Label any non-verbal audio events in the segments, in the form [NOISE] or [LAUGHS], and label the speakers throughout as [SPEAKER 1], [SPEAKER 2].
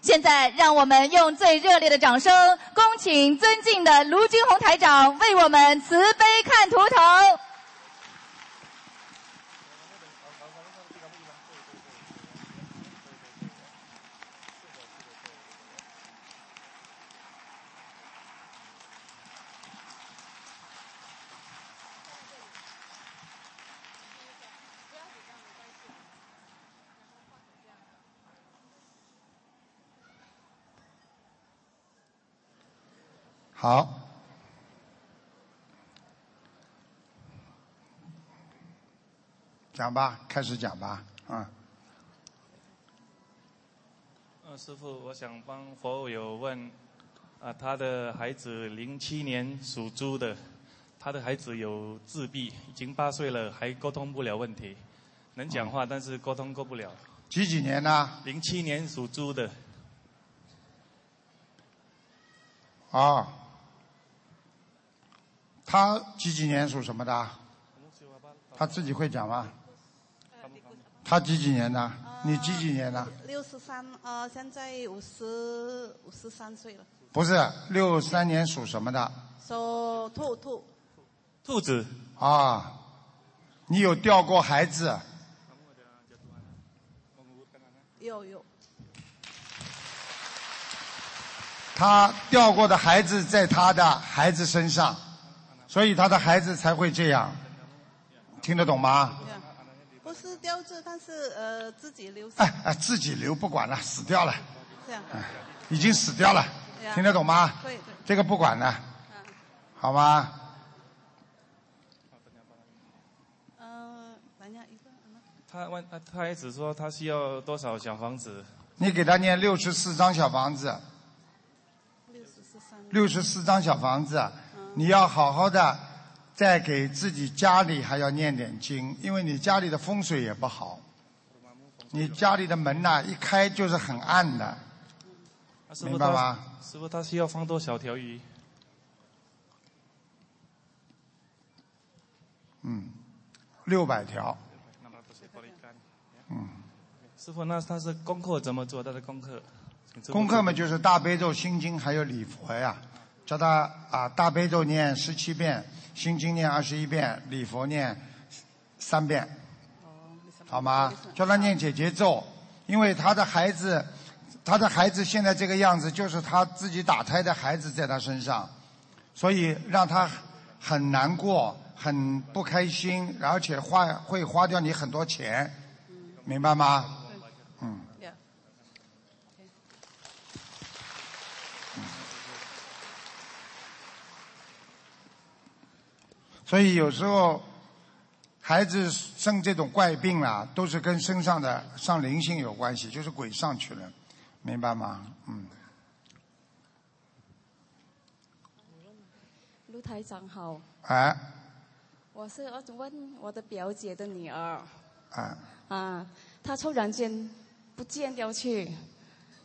[SPEAKER 1] 现在，让我们用最热烈的掌声，恭请尊敬的卢军红台长为我们慈悲看图腾。
[SPEAKER 2] 好，讲吧，开始讲吧，啊、
[SPEAKER 3] 呃，师傅，我想帮佛友问，啊、他的孩子零七年属猪的，他的孩子有自闭，已经八岁了，还沟通不了问题，能讲话，但是沟通过不了。
[SPEAKER 2] 几几年呢？
[SPEAKER 3] 零七年属猪的，
[SPEAKER 2] 啊，他几几年属什么的？他自己会讲吗？他几几年的？你几几年的？
[SPEAKER 4] 六十三，呃，现在五十五十三岁了。
[SPEAKER 2] 不是六三年属什么的？
[SPEAKER 4] 说兔兔，
[SPEAKER 3] 兔子，
[SPEAKER 2] 啊，你有掉过孩子？
[SPEAKER 4] 有有，
[SPEAKER 2] 他掉过的孩子在他的孩子身上，所以他的孩子才会这样，听得懂吗？
[SPEAKER 4] 不是标志，但是呃自己留下
[SPEAKER 2] 哎哎，自己留不管了，死掉了，
[SPEAKER 4] 这样。
[SPEAKER 2] 已经死掉了，
[SPEAKER 4] 对啊
[SPEAKER 2] 听得懂吗？
[SPEAKER 4] 对嗯对，
[SPEAKER 2] 这个不管了，好吗？
[SPEAKER 4] 呃，等一下一个，嗯
[SPEAKER 3] 他问，啊他孩子说他需要多少小房子？
[SPEAKER 2] 你给他念六十四张小房子，
[SPEAKER 4] 六十四嗯三，
[SPEAKER 2] 六十四张小房子，啊你要好好的，再给自己家里还要念点经，因为你家里的风水也不好，你家里的门呐、一开就是很暗的，
[SPEAKER 3] 啊、师傅
[SPEAKER 2] 明白
[SPEAKER 3] 他
[SPEAKER 2] 吗？
[SPEAKER 3] 师傅，他需要放多少条鱼？
[SPEAKER 2] 六百条。嗯
[SPEAKER 3] 师傅，那他是功课怎么做？他的功课，请师傅
[SPEAKER 2] 功课嘛，就是大悲咒、心经还有礼佛呀。叫他啊，大悲咒念十七遍，心经念二十一遍，礼佛念三遍，好吗？叫他念姐姐咒，因为他的孩子，他的孩子现在这个样子，就是他自己打胎的孩子在他身上，所以让他很难过、很不开心，而且花会花掉你很多钱，明白吗？嗯
[SPEAKER 4] Yeah
[SPEAKER 2] 所以有时候孩子生这种怪病啊，都是跟身上的上灵性有关系，就是鬼上去了，明白吗？嗯，
[SPEAKER 5] 卢台长好，
[SPEAKER 2] 哎
[SPEAKER 5] 我是我想问我的表姐的女儿
[SPEAKER 2] 哎，
[SPEAKER 5] 啊，她突然间不见掉去，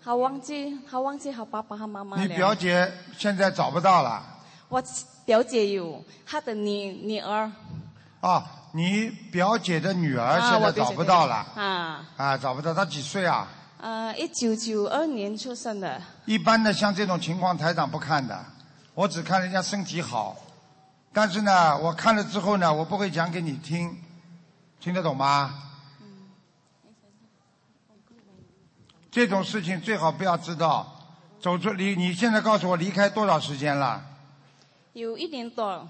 [SPEAKER 5] 她忘记她忘记她爸爸她妈妈了。
[SPEAKER 2] 你表姐现在找不到了
[SPEAKER 5] 我表姐有她的女女儿
[SPEAKER 2] 啊？你表姐的女儿啊现在找不到了
[SPEAKER 5] 啊，
[SPEAKER 2] 啊？找不到，她几岁啊？
[SPEAKER 5] 呃，一九九二年出生的
[SPEAKER 2] 一般的像这种情况，台长不看的，我只看人家身体好。但是呢，我看了之后呢，我不会讲给你听，听得懂吗？这种事情最好不要知道。走出离，你现在告诉我离开多少时间了？
[SPEAKER 5] 有一年多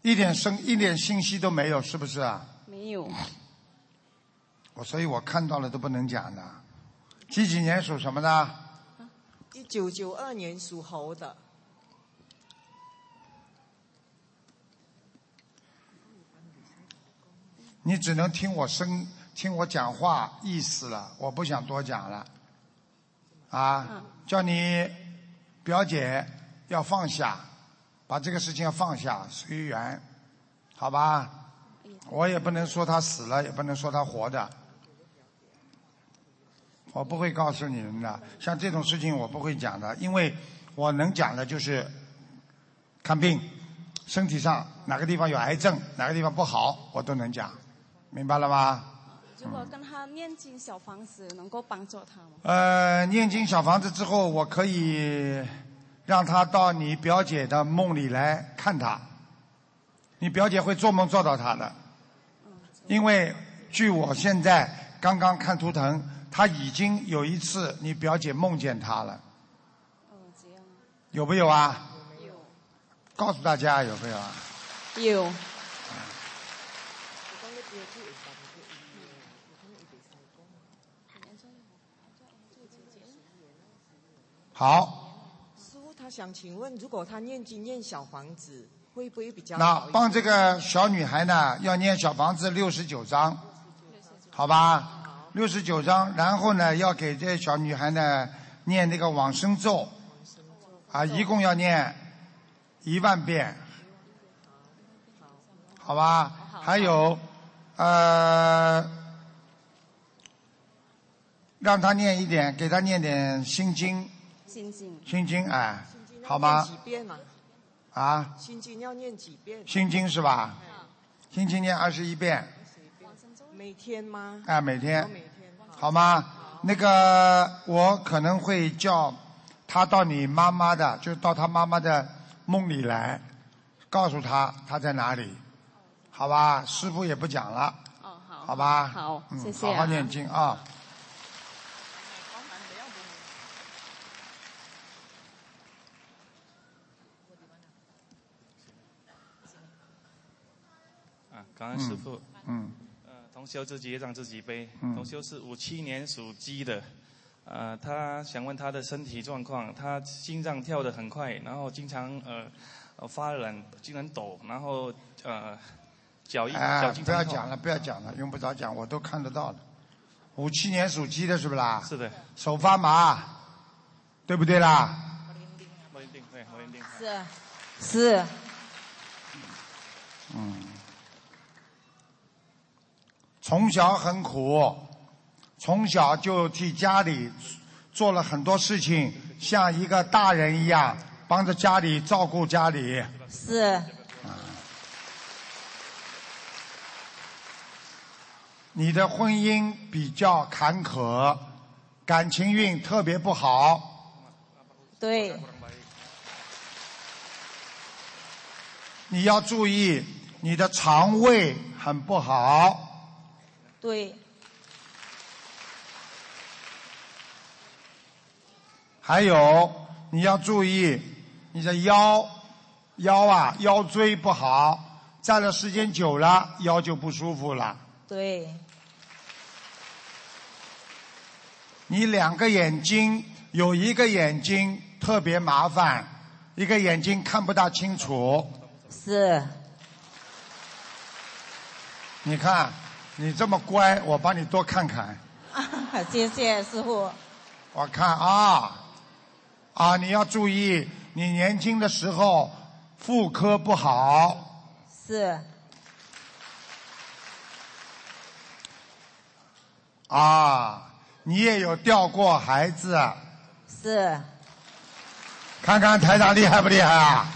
[SPEAKER 2] 一点声，一点信息都没有，是不是啊？
[SPEAKER 5] 没有，
[SPEAKER 2] 我所以，我看到了都不能讲的。几几年属什么的？
[SPEAKER 6] 一九九二年属猴的，
[SPEAKER 2] 你只能听我声，听我讲话意思了，我不想多讲了。啊，叫你表姐要放下，把这个事情要放下，随缘，好吧？我也不能说她死了，也不能说她活的，我不会告诉你们的。像这种事情我不会讲的，因为我能讲的就是看病。身体上哪个地方有癌症，哪个地方不好，我都能讲，明白了吗？
[SPEAKER 5] 如何跟他念经小房子能够帮助他吗？
[SPEAKER 2] 呃，念经小房子之后，我可以让他到你表姐的梦里来看他。你表姐会做梦做到他的，因为据我现在刚刚看图腾，他已经有一次你表姐梦见他了，
[SPEAKER 5] 哦，这样啊
[SPEAKER 2] 有没有啊？告诉大家有没有啊？
[SPEAKER 5] 有。
[SPEAKER 2] 好，
[SPEAKER 6] 师傅，他想请问，如果他念经念小房子，会不会比较
[SPEAKER 2] 那
[SPEAKER 6] 好一点？
[SPEAKER 2] 帮这个小女孩呢，要念小房子六十九章，好吧？六十九章，然后呢，要给这小女孩呢念那个往生咒，啊，一共要念一万遍，好吧？还有，呃，让她念一点，给她念点心经，
[SPEAKER 5] 静静
[SPEAKER 2] 心经哎
[SPEAKER 6] 心经，要
[SPEAKER 2] 好吗
[SPEAKER 6] 念？几遍嘛？
[SPEAKER 2] 啊，
[SPEAKER 6] 心经要念几遍？
[SPEAKER 2] 心经是吧？心经念二十一遍。
[SPEAKER 6] 每天吗？
[SPEAKER 2] 啊，每天
[SPEAKER 6] 要，每天。好
[SPEAKER 2] 好吗？那个，我可能会叫他到你妈妈的，就到他妈妈的梦里来，告诉他他在哪里，好吧？师傅也不讲了，
[SPEAKER 5] 哦，好，
[SPEAKER 2] 好吧？
[SPEAKER 5] 好，
[SPEAKER 2] 嗯
[SPEAKER 5] 谢谢、啊，
[SPEAKER 2] 好好念经啊。
[SPEAKER 3] 啊，感恩师傅。
[SPEAKER 2] 嗯，
[SPEAKER 3] 呃，同修自己也让自己背。
[SPEAKER 2] 嗯
[SPEAKER 3] 同修是五七年属鸡的，呃，他想问他的身体状况，他心脏跳得很快，然后经常呃呃发冷，经常抖，然后呃脚一、
[SPEAKER 2] 哎
[SPEAKER 3] 脚，经常
[SPEAKER 2] 不要
[SPEAKER 3] 痛
[SPEAKER 2] 讲了，不要讲了，用不着讲，我都看得到的。五七年属鸡的是不啦？
[SPEAKER 3] 是的，
[SPEAKER 2] 手发麻，对不对啦？
[SPEAKER 3] 我认定，对，我认定。
[SPEAKER 6] 是是，
[SPEAKER 2] 从小很苦，从小就替家里做了很多事情，像一个大人一样帮着家里照顾家里。
[SPEAKER 6] 是
[SPEAKER 2] 你的婚姻比较坎坷，感情运特别不好，
[SPEAKER 6] 对
[SPEAKER 2] 你要注意你的肠胃很不好，
[SPEAKER 6] 对
[SPEAKER 2] 还有你要注意你的腰腰啊腰椎不好，站了时间久了腰就不舒服了。
[SPEAKER 6] 对
[SPEAKER 2] 你两个眼睛有一个眼睛特别麻烦，一个眼睛看不大清楚。
[SPEAKER 6] 是
[SPEAKER 2] 你看，你这么乖，我帮你多看看。
[SPEAKER 6] 啊，谢谢师傅。
[SPEAKER 2] 我看啊，啊，你要注意，你年轻的时候妇科不好，
[SPEAKER 6] 是
[SPEAKER 2] 啊，你也有掉过孩子，啊
[SPEAKER 6] 是
[SPEAKER 2] 看看台长厉害不厉害啊？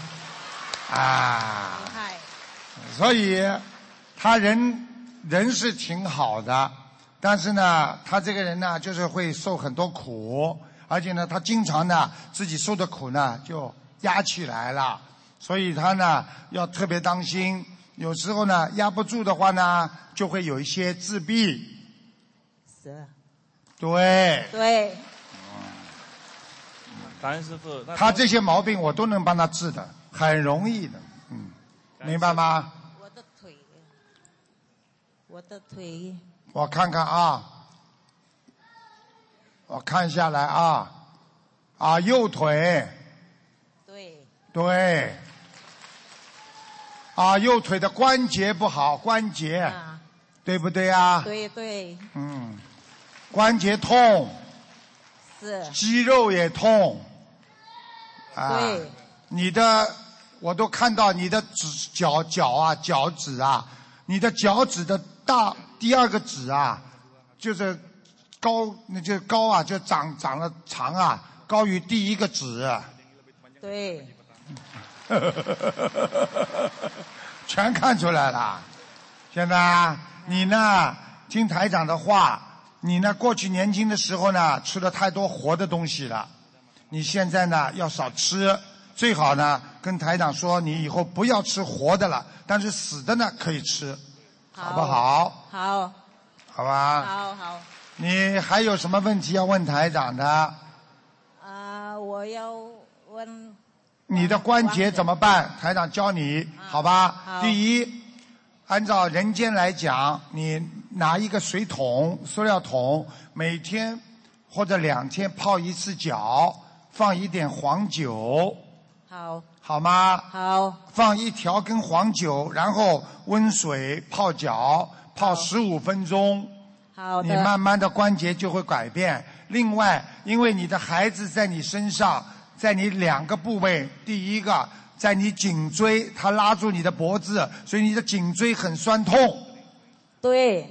[SPEAKER 2] 啊。
[SPEAKER 6] 嗨，
[SPEAKER 2] 所以他人人是挺好的，但是呢，他这个人呢，就是会受很多苦，而且呢，他经常呢自己受的苦呢就压起来了，所以他呢要特别当心。有时候呢压不住的话呢，就会有一些自闭。
[SPEAKER 6] 是
[SPEAKER 2] 对
[SPEAKER 3] 嗯
[SPEAKER 6] 对
[SPEAKER 3] 感嗯恩师傅，那
[SPEAKER 2] 他这些毛病我都能帮他治的，很容易的，嗯，明白吗？
[SPEAKER 6] 我的腿，我的腿
[SPEAKER 2] 我看看啊，我看下来啊，啊，右腿，
[SPEAKER 6] 对
[SPEAKER 2] 对，啊，右腿的关节不好，关节，
[SPEAKER 6] 啊，
[SPEAKER 2] 对不对啊？
[SPEAKER 6] 对对
[SPEAKER 2] 嗯，关节痛，
[SPEAKER 6] 是，
[SPEAKER 2] 肌肉也痛，啊，
[SPEAKER 6] 对
[SPEAKER 2] 你的我都看到你的指脚脚啊脚趾啊，你的脚趾的大第二个趾啊，就是高那就高啊，就长长了长啊，高于第一个啊趾，
[SPEAKER 6] 对
[SPEAKER 2] [LAUGHS] 全看出来了。现在啊你呢听台长的话，你呢过去年轻的时候呢吃了太多活的东西了，你现在呢要少吃，最好呢跟台长说你以后不要吃活的了，但是死的呢可以吃，好不好？
[SPEAKER 4] 好，
[SPEAKER 2] 好吧？
[SPEAKER 4] 好好。
[SPEAKER 2] 你还有什么问题要问台长的？
[SPEAKER 4] 啊，我要问
[SPEAKER 2] 你的关节怎么办？台长教你，好吧？
[SPEAKER 4] 好
[SPEAKER 2] 第一，按照人间来讲，你拿一个水桶、塑料桶，每天或者两天泡一次脚，放一点黄酒，
[SPEAKER 4] 好
[SPEAKER 2] 好吗？
[SPEAKER 4] 好
[SPEAKER 2] 放一条根黄酒，然后温水泡脚，泡十五分钟。
[SPEAKER 4] 好的，
[SPEAKER 2] 你慢慢的关节就会改变。另外，因为你的孩子在你身上，在你两个部位，第一个在你颈椎，他拉住你的脖子，所以你的颈椎很酸痛。
[SPEAKER 4] 对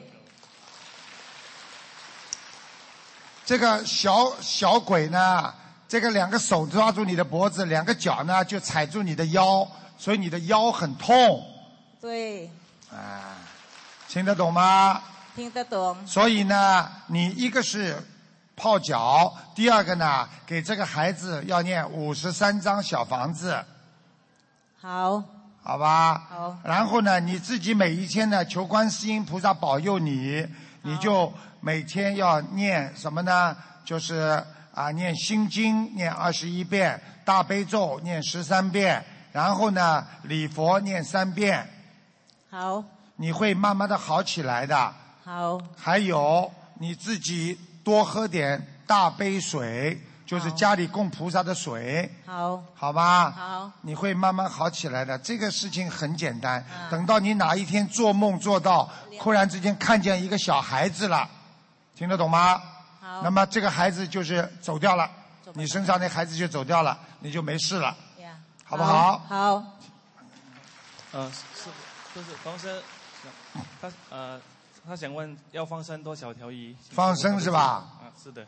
[SPEAKER 2] 这个小小鬼呢，这个两个手抓住你的脖子，两个脚呢就踩住你的腰，所以你的腰很痛。
[SPEAKER 4] 对，
[SPEAKER 2] 啊，听得懂吗？
[SPEAKER 4] 听得懂，
[SPEAKER 2] 所以呢，你一个是泡脚，第二个呢，给这个孩子要念五十三张小房子，
[SPEAKER 4] 好
[SPEAKER 2] 好吧？
[SPEAKER 4] 好
[SPEAKER 2] 然后呢，你自己每一天呢，求观世音菩萨保佑你，你就每天要念什么呢？就是啊，念心经念二十一遍，大悲咒念十三遍，然后呢，礼佛念三遍，
[SPEAKER 4] 好
[SPEAKER 2] 你会慢慢的好起来的。
[SPEAKER 4] 好
[SPEAKER 2] 还有你自己多喝点大杯水，就是家里供菩萨的水，
[SPEAKER 4] 好
[SPEAKER 2] 好吧？
[SPEAKER 4] 好，
[SPEAKER 2] 你会慢慢好起来的。这个事情很简单，
[SPEAKER 4] 嗯
[SPEAKER 2] 等到你哪一天做梦做到，忽然之间看见一个小孩子了，听得懂吗？
[SPEAKER 4] 好
[SPEAKER 2] 那么这个孩子就是走掉了，你身上那孩子就走掉了，你就没事了，
[SPEAKER 4] 呀，
[SPEAKER 2] 好不好？
[SPEAKER 4] 好，
[SPEAKER 3] 呃，师师傅，就是放生，他呃，他想问要放生多少条鱼？
[SPEAKER 2] 放生是吧？
[SPEAKER 3] 啊，是的，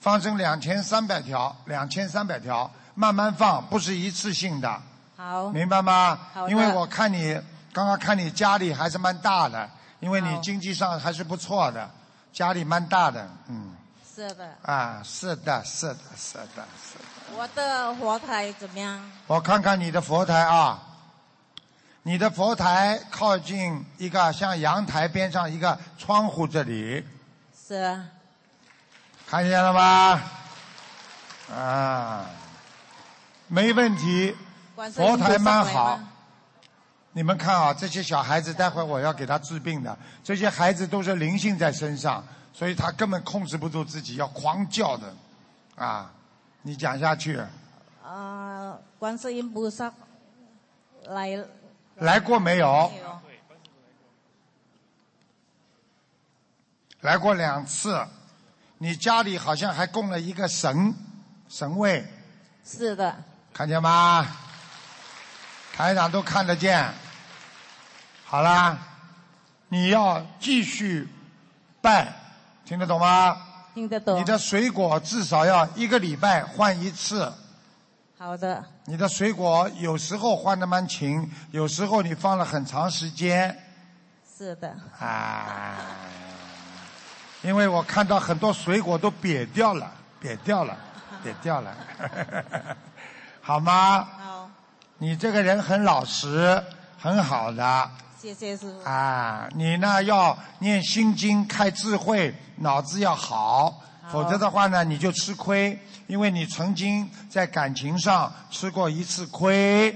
[SPEAKER 2] 放生两千三百条，两千三百条，慢慢放，不是一次性的。
[SPEAKER 4] 好
[SPEAKER 2] 明白吗
[SPEAKER 4] 哦好？的
[SPEAKER 2] 因为我看你刚刚看你家里还是蛮大的，因为你
[SPEAKER 4] 好
[SPEAKER 2] 经济上还是不错的，家里蛮大的，嗯，
[SPEAKER 4] 是的，
[SPEAKER 2] 啊，是的，是的，是的，是的。
[SPEAKER 4] 我的火台怎么样？
[SPEAKER 2] 我看看你的佛台啊，你的佛台靠近一个像阳台边上一个窗户这里，
[SPEAKER 4] 是
[SPEAKER 2] 看见了吧？啊，没问题，
[SPEAKER 4] 观世音
[SPEAKER 2] 佛台
[SPEAKER 4] 菩萨
[SPEAKER 2] 蛮
[SPEAKER 4] 来
[SPEAKER 2] 好
[SPEAKER 4] 吗。
[SPEAKER 2] 你们看啊，这些小孩子，待会儿我要给他治病的。这些孩子都是灵性在身上，所以他根本控制不住自己，要狂叫的，啊！你讲下去，
[SPEAKER 4] 啊，观世音菩萨来
[SPEAKER 2] 来过没有？
[SPEAKER 4] 没有？
[SPEAKER 2] 来过两次。你家里好像还供了一个神神位，
[SPEAKER 4] 是的，
[SPEAKER 2] 看见吗？台长都看得见。好啦，你要继续拜，听得懂吗？
[SPEAKER 4] 听得懂
[SPEAKER 2] 你。的水果至少要一个礼拜换一次。
[SPEAKER 4] 好的，
[SPEAKER 2] 你的水果有时候换的蛮勤，有时候你放了很长时间
[SPEAKER 4] 是的，
[SPEAKER 2] 啊。因为我看到很多水果都瘪掉了，瘪掉了，瘪掉了， [LAUGHS] 好吗？
[SPEAKER 4] 好，
[SPEAKER 2] 你这个人很老实，很好的
[SPEAKER 4] 谢谢师傅。
[SPEAKER 2] 啊。你呢要念心经，开智慧，脑子要好，否则的话呢你就吃亏，因为你曾经在感情上吃过一次亏，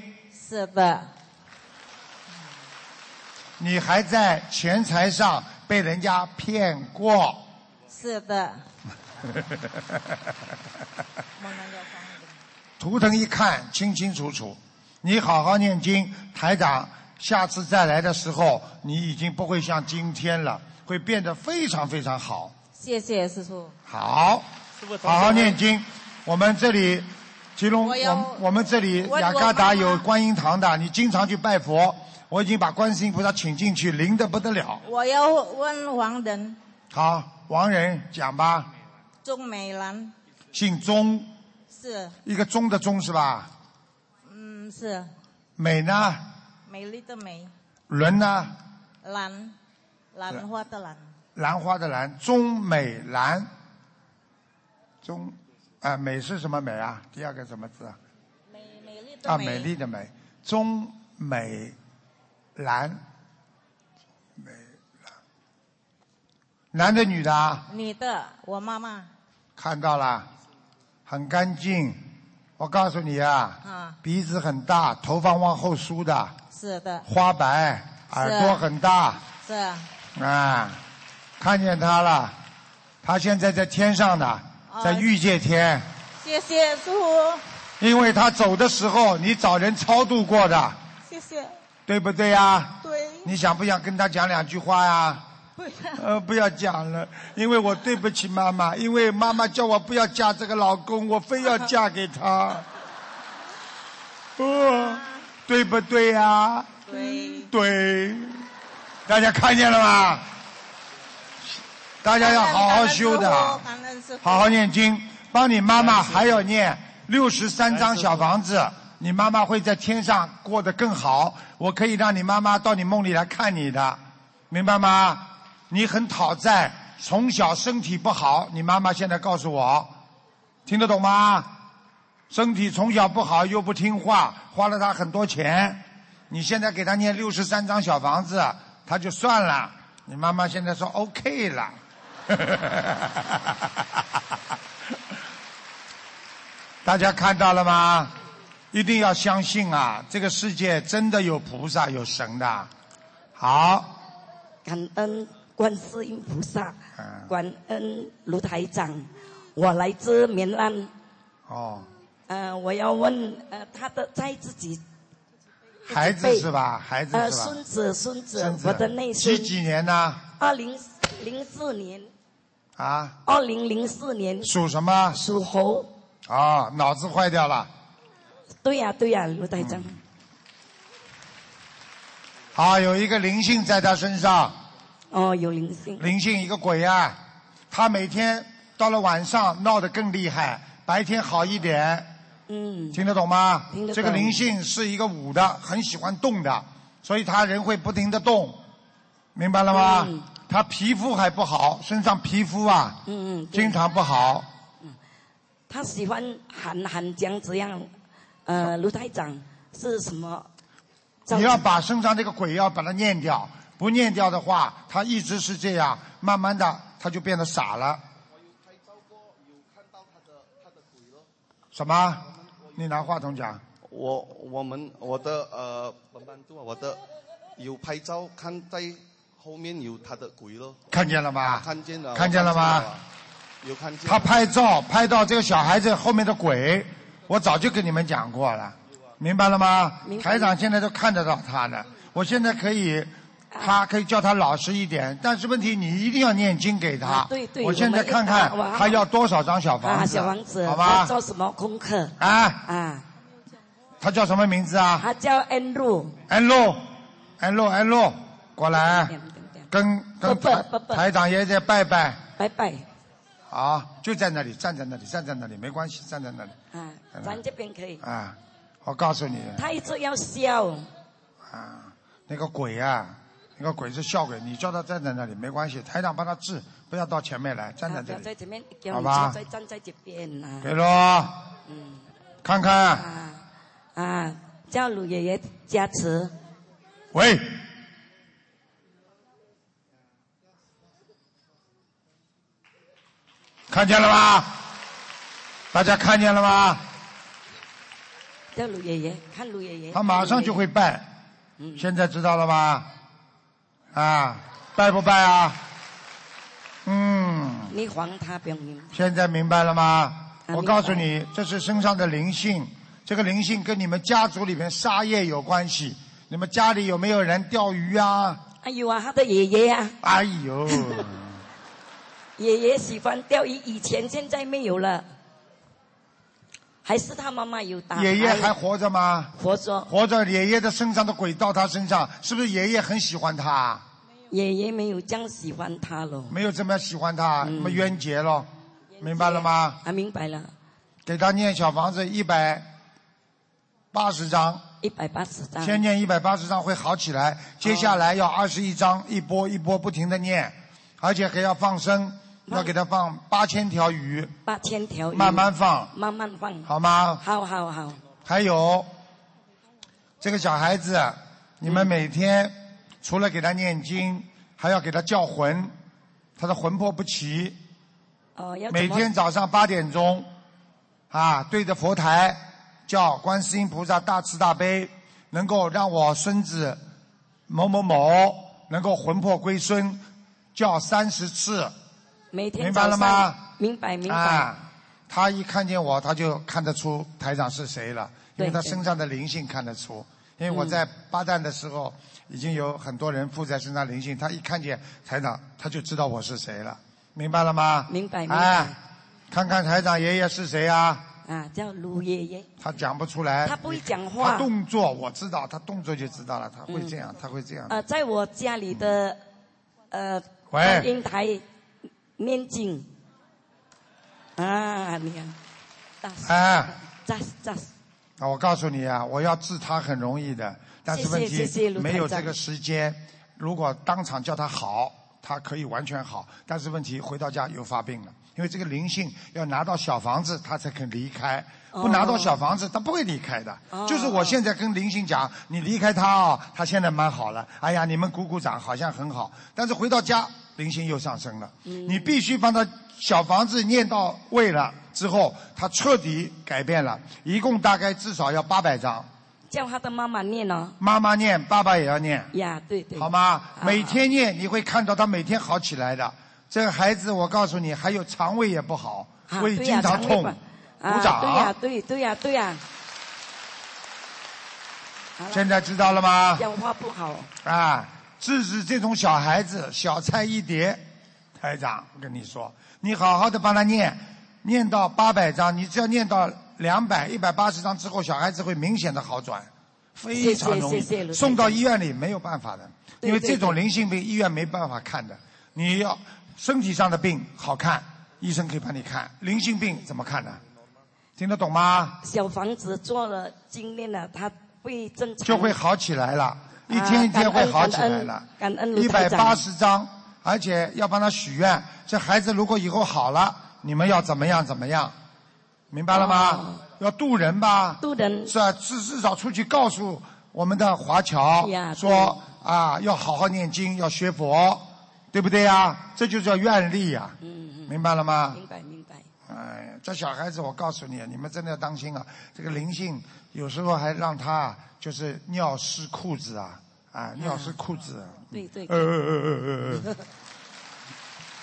[SPEAKER 4] 是的，
[SPEAKER 2] 你还在钱财上被人家骗过。
[SPEAKER 4] 是的。 [LAUGHS] 慢慢要放一点
[SPEAKER 2] 图腾一看清清楚楚。你好好念经，台长下次再来的时候，你已经不会像今天了，会变得非常非常好。
[SPEAKER 4] 谢谢师傅。
[SPEAKER 2] 好，
[SPEAKER 3] 师傅，
[SPEAKER 2] 好好念经。我们这里，吉隆，我
[SPEAKER 4] 我要
[SPEAKER 2] 们我们这里
[SPEAKER 4] 我
[SPEAKER 2] 雅加
[SPEAKER 4] 我
[SPEAKER 2] 达
[SPEAKER 4] 妈妈
[SPEAKER 2] 有观音堂的，你经常去拜佛。我已经把观世音菩萨请进去，灵的不得了。
[SPEAKER 4] 我要问王人
[SPEAKER 2] 好，王仁讲吧，
[SPEAKER 4] 钟美兰
[SPEAKER 2] 姓钟，
[SPEAKER 4] 是，
[SPEAKER 2] 一个钟的钟是吧？
[SPEAKER 4] 嗯是，
[SPEAKER 2] 美呢，
[SPEAKER 4] 美丽的美，
[SPEAKER 2] 伦呢，
[SPEAKER 4] 兰，兰花的兰，
[SPEAKER 2] 兰花的兰，钟美兰，钟啊美是什么美啊？第二个什么字啊？
[SPEAKER 7] 美美丽的
[SPEAKER 2] 啊，美丽的美，钟美兰，美兰，男的女的啊？
[SPEAKER 7] 女的，我妈妈
[SPEAKER 2] 看到了，很干净。我告诉你啊，
[SPEAKER 7] 啊，
[SPEAKER 2] 鼻子很大，头发往后梳的，
[SPEAKER 7] 是的，
[SPEAKER 2] 花白，耳朵很大
[SPEAKER 7] 是
[SPEAKER 2] 啊。看见他了，他现在在天上呢，在欲界天，
[SPEAKER 7] 谢谢祝福，
[SPEAKER 2] 因为他走的时候你找人超度过的，
[SPEAKER 7] 谢谢，
[SPEAKER 2] 对不对呀？
[SPEAKER 7] 对，
[SPEAKER 2] 你想不想跟他讲两句话呀？
[SPEAKER 7] 不
[SPEAKER 2] [LAUGHS] 呃，不要讲了，因为我对不起妈妈，因为妈妈叫我不要嫁这个老公，我非要嫁给 [LAUGHS] 他。哦，对不对呀、
[SPEAKER 7] 对，
[SPEAKER 2] 对，大家看见了吗？大家要好好修的，
[SPEAKER 7] 感恩师傅，
[SPEAKER 2] 好好念经，帮你妈妈还要念六十三张小房子，你妈妈会在天上过得更好。我可以让你妈妈到你梦里来看你的，明白吗？你很讨债，从小身体不好，你妈妈现在告诉我，听得懂吗？身体从小不好又不听话，花了她很多钱。你现在给她念六十三张小房子，她就算了。你妈妈现在说 OK 了。 [LAUGHS] 大家看到了吗？一定要相信啊！这个世界真的有菩萨有神的。好，
[SPEAKER 8] 感恩观世音菩萨，
[SPEAKER 2] 嗯，
[SPEAKER 8] 感恩卢台长。我来自棉兰，
[SPEAKER 2] 哦，
[SPEAKER 8] 呃，我要问呃他的在自己
[SPEAKER 2] 孩子是吧？孩子
[SPEAKER 8] 呃
[SPEAKER 2] 是吧
[SPEAKER 8] 孙？子孙子
[SPEAKER 2] 孙子
[SPEAKER 8] 我的内
[SPEAKER 2] 几
[SPEAKER 8] 孙，
[SPEAKER 2] 几年呢？
[SPEAKER 8] 二零零四年，
[SPEAKER 2] 啊，
[SPEAKER 8] 二零零四年
[SPEAKER 2] 属什么？
[SPEAKER 8] 属猴。
[SPEAKER 2] 啊，脑子坏掉了。
[SPEAKER 8] 对呀、对呀、卢台长，
[SPEAKER 2] 啊，有一个灵性在他身上。
[SPEAKER 8] 哦，有灵性，
[SPEAKER 2] 灵性一个鬼啊！他每天到了晚上闹得更厉害，白天好一点，
[SPEAKER 8] 嗯，
[SPEAKER 2] 听得懂吗？
[SPEAKER 8] 听得懂
[SPEAKER 2] 这个灵性是一个舞的，很喜欢动的，所以他人会不停的动，明白了吗？
[SPEAKER 8] 嗯
[SPEAKER 2] 他皮肤还不好，身上皮肤啊，
[SPEAKER 8] 嗯嗯对
[SPEAKER 2] 经常不好，
[SPEAKER 8] 他喜欢喊喊讲怎样，呃，卢台长是什么？
[SPEAKER 2] 你要把身上这个鬼要把它念掉，不念掉的话，他一直是这样，慢慢的他就变得傻了。什么？你拿话筒讲。
[SPEAKER 9] 我我们我的呃，本班都我的有拍照，看在后面有他的鬼咯，
[SPEAKER 2] 看见了吧？
[SPEAKER 9] 看见了，
[SPEAKER 2] 看见了吗
[SPEAKER 9] 我看见了？有看见。
[SPEAKER 2] 他拍照拍到这个小孩子后面的鬼，我早就跟你们讲过了，明白了吗？台长现在都看得到他呢，我现在可以。
[SPEAKER 8] 啊
[SPEAKER 2] 他可以叫他老实一点，但是问题你一定要念经给他。
[SPEAKER 8] 啊对对
[SPEAKER 2] 我现在看看
[SPEAKER 8] 我们要
[SPEAKER 2] 他要多少张小房
[SPEAKER 8] 啊，
[SPEAKER 2] 子，
[SPEAKER 8] 小王子，他
[SPEAKER 2] 好吧？
[SPEAKER 8] 做什么功课？
[SPEAKER 2] 啊，
[SPEAKER 8] 啊，
[SPEAKER 2] 他叫什么名字啊？
[SPEAKER 8] 他叫 Andrew，
[SPEAKER 2] 安露，安露，安露，过来，
[SPEAKER 8] 点点点，
[SPEAKER 2] 跟
[SPEAKER 8] 伯
[SPEAKER 2] 跟
[SPEAKER 8] 伯
[SPEAKER 2] 台
[SPEAKER 8] 伯伯
[SPEAKER 2] 台长爷爷拜拜。
[SPEAKER 8] 拜拜。
[SPEAKER 2] 啊，就在那里，站在那里，站在那里，没关系，站在那里。
[SPEAKER 8] 啊
[SPEAKER 2] 嗯，
[SPEAKER 8] 咱这边可以。
[SPEAKER 2] 啊，我告诉你，
[SPEAKER 8] 他一直要笑，
[SPEAKER 2] 啊，那个鬼啊，那个鬼是笑鬼，你叫他站在那里没关系，台长帮他治，不要到前面来，站在
[SPEAKER 8] 不
[SPEAKER 2] 这
[SPEAKER 8] 要在
[SPEAKER 2] 里。
[SPEAKER 8] 前面，叫
[SPEAKER 2] 好
[SPEAKER 8] 你
[SPEAKER 2] 吧
[SPEAKER 8] 站在站在这边啊
[SPEAKER 2] 对喽，看看，
[SPEAKER 8] 啊啊！叫鲁爷爷加持，
[SPEAKER 2] 喂，看见了吗？大家看见了吗？
[SPEAKER 8] 叫鲁爷爷看鲁爷爷。
[SPEAKER 2] 他马上就会拜，
[SPEAKER 8] 嗯
[SPEAKER 2] 现在知道了吧？啊，拜不拜啊？嗯。
[SPEAKER 8] 你还他不用你
[SPEAKER 2] 现在明白了吗？
[SPEAKER 8] 啊
[SPEAKER 2] 我告诉你，这是身上的灵性，这个灵性跟你们家族里面杀业有关系。你们家里有没有人钓鱼啊？
[SPEAKER 8] 哎呦啊，他的爷爷啊，
[SPEAKER 2] 哎呦，
[SPEAKER 8] 爷爷喜欢钓鱼，以前现在没有了，还是他妈妈有打。
[SPEAKER 2] 爷爷还活着吗？
[SPEAKER 8] 活着，
[SPEAKER 2] 活着，爷爷的身上的鬼到他身上，是不是爷爷很喜欢他？
[SPEAKER 8] 爷爷没有这样喜欢他了。
[SPEAKER 2] 没有这么喜欢他，那么冤结咯，明白了吗？
[SPEAKER 8] 啊，明白了，
[SPEAKER 2] 给他念小房子一百八十张。
[SPEAKER 8] 一百八十张。
[SPEAKER 2] 先念一百八十章会好起来，接下来要二十一章，一波一波不停的念，而且还要放生，要给他放八千条鱼，
[SPEAKER 8] 八千条鱼，
[SPEAKER 2] 慢慢放，
[SPEAKER 8] 慢慢放，
[SPEAKER 2] 好吗？
[SPEAKER 8] 好好好，
[SPEAKER 2] 还有这个小孩子，你们每天除了给他念经，还要给他叫魂，他的魂魄不齐。
[SPEAKER 8] 哦，要怎
[SPEAKER 2] 每
[SPEAKER 8] 么
[SPEAKER 2] 天早上八点钟，啊，对着佛台叫观世音菩萨大慈大悲，能够让我孙子某某某能够魂魄归孙，叫三十次，
[SPEAKER 8] 每天
[SPEAKER 2] 明白
[SPEAKER 8] 早
[SPEAKER 2] 了
[SPEAKER 8] 上
[SPEAKER 2] 吗？
[SPEAKER 8] 明白明白、
[SPEAKER 2] 啊，他一看见我，他就看得出台长是谁了，因为
[SPEAKER 8] 对
[SPEAKER 2] 他
[SPEAKER 8] 对
[SPEAKER 2] 身上的灵性看得出。因为我
[SPEAKER 8] 嗯
[SPEAKER 2] 在巴旦的时候，已经有很多人附在身上灵性，他一看见台长，他就知道我是谁了，明白了吗？
[SPEAKER 8] 明白明白
[SPEAKER 2] 哎，看看台长爷爷是谁啊？
[SPEAKER 8] 啊，叫卢爷爷，
[SPEAKER 2] 他讲不出来，
[SPEAKER 8] 他不会讲话
[SPEAKER 2] 他动作我知道，他动作就知道了，他会这样，他会这样。
[SPEAKER 8] 呃，在我家里的呃
[SPEAKER 2] 喂
[SPEAKER 8] 观音台念经啊，你看，大师
[SPEAKER 2] 哎，
[SPEAKER 8] 扎斯扎斯，
[SPEAKER 2] 啊，我告诉你啊，我要治他很容易的，但是
[SPEAKER 8] 谢谢
[SPEAKER 2] 问
[SPEAKER 8] 谢谢
[SPEAKER 2] 题
[SPEAKER 8] 卢台长
[SPEAKER 2] 没有这个时间。如果当场叫他好，他可以完全好，但是问题回到家又发病了，因为这个灵性要拿到小房子他才肯离开，
[SPEAKER 8] 哦
[SPEAKER 2] 不拿到小房子他不会离开的。就是
[SPEAKER 8] 嗯
[SPEAKER 2] 我现在跟灵性讲，你离开他哦，他现在蛮好了，哎呀，你们鼓鼓掌，好像很好，但是回到家灵性又上升了，
[SPEAKER 8] 嗯
[SPEAKER 2] 你必须帮他小房子念到位了之后，他彻底改变了，一共大概至少要八百张，
[SPEAKER 8] 叫他的妈妈念哦，
[SPEAKER 2] 妈妈念，爸爸也要念。
[SPEAKER 8] 呀，对对，啊
[SPEAKER 2] 好？吗？每天念，你会看到他每天好起来的。这个孩子，我告诉你，还有肠胃也不好，
[SPEAKER 8] 啊，
[SPEAKER 2] 胃
[SPEAKER 8] 对
[SPEAKER 2] 经
[SPEAKER 8] 呀
[SPEAKER 2] 常
[SPEAKER 8] 肠胃
[SPEAKER 2] 痛。
[SPEAKER 8] 管
[SPEAKER 2] 鼓
[SPEAKER 8] 啊，
[SPEAKER 2] 掌
[SPEAKER 8] 对呀，对对呀，对呀，
[SPEAKER 2] 现在知道了吗？
[SPEAKER 8] 讲话不好，
[SPEAKER 2] 啊，制止这种小孩子，小菜一碟。台长跟你说，你好好的帮他念，念到八百章，你只要念到两百、一百八十章之后，小孩子会明显的好转，非常容
[SPEAKER 8] 谢谢
[SPEAKER 2] 易。
[SPEAKER 8] 谢谢卢台长
[SPEAKER 2] 送到医院里没有办法的，
[SPEAKER 8] 对
[SPEAKER 2] 因为
[SPEAKER 8] 对
[SPEAKER 2] 这种灵性病医院没办法看的。你要身体上的病好看，医生可以帮你看；灵性病怎么看呢？听得懂吗？
[SPEAKER 8] 小房子做了经验了，他会正常
[SPEAKER 2] 就会好起来了，一
[SPEAKER 8] 啊
[SPEAKER 2] 天一天
[SPEAKER 8] 感恩
[SPEAKER 2] 会好起来了。
[SPEAKER 8] 感恩感恩
[SPEAKER 2] 一
[SPEAKER 8] 卢
[SPEAKER 2] 百
[SPEAKER 8] 台
[SPEAKER 2] 八
[SPEAKER 8] 长
[SPEAKER 2] 十张，而且要帮他许愿。这孩子如果以后好了，你们要怎么样怎么样，明白了吗？
[SPEAKER 8] 哦
[SPEAKER 2] 要渡人吧，
[SPEAKER 8] 渡人
[SPEAKER 2] 是啊，至至少出去告诉我们的华侨
[SPEAKER 8] 呀
[SPEAKER 2] 说啊，要好好念经，要学佛，对不对呀？这就叫愿力呀、
[SPEAKER 8] 嗯嗯，
[SPEAKER 2] 明白了吗？
[SPEAKER 8] 明白明白，
[SPEAKER 2] 哎，这小孩子，我告诉你，你们真的要当心啊！这个灵性有时候还让他就是尿湿裤子啊，啊，
[SPEAKER 8] 嗯
[SPEAKER 2] 尿湿裤子啊。
[SPEAKER 8] 对对，
[SPEAKER 2] 呃呃呃呃呃呃，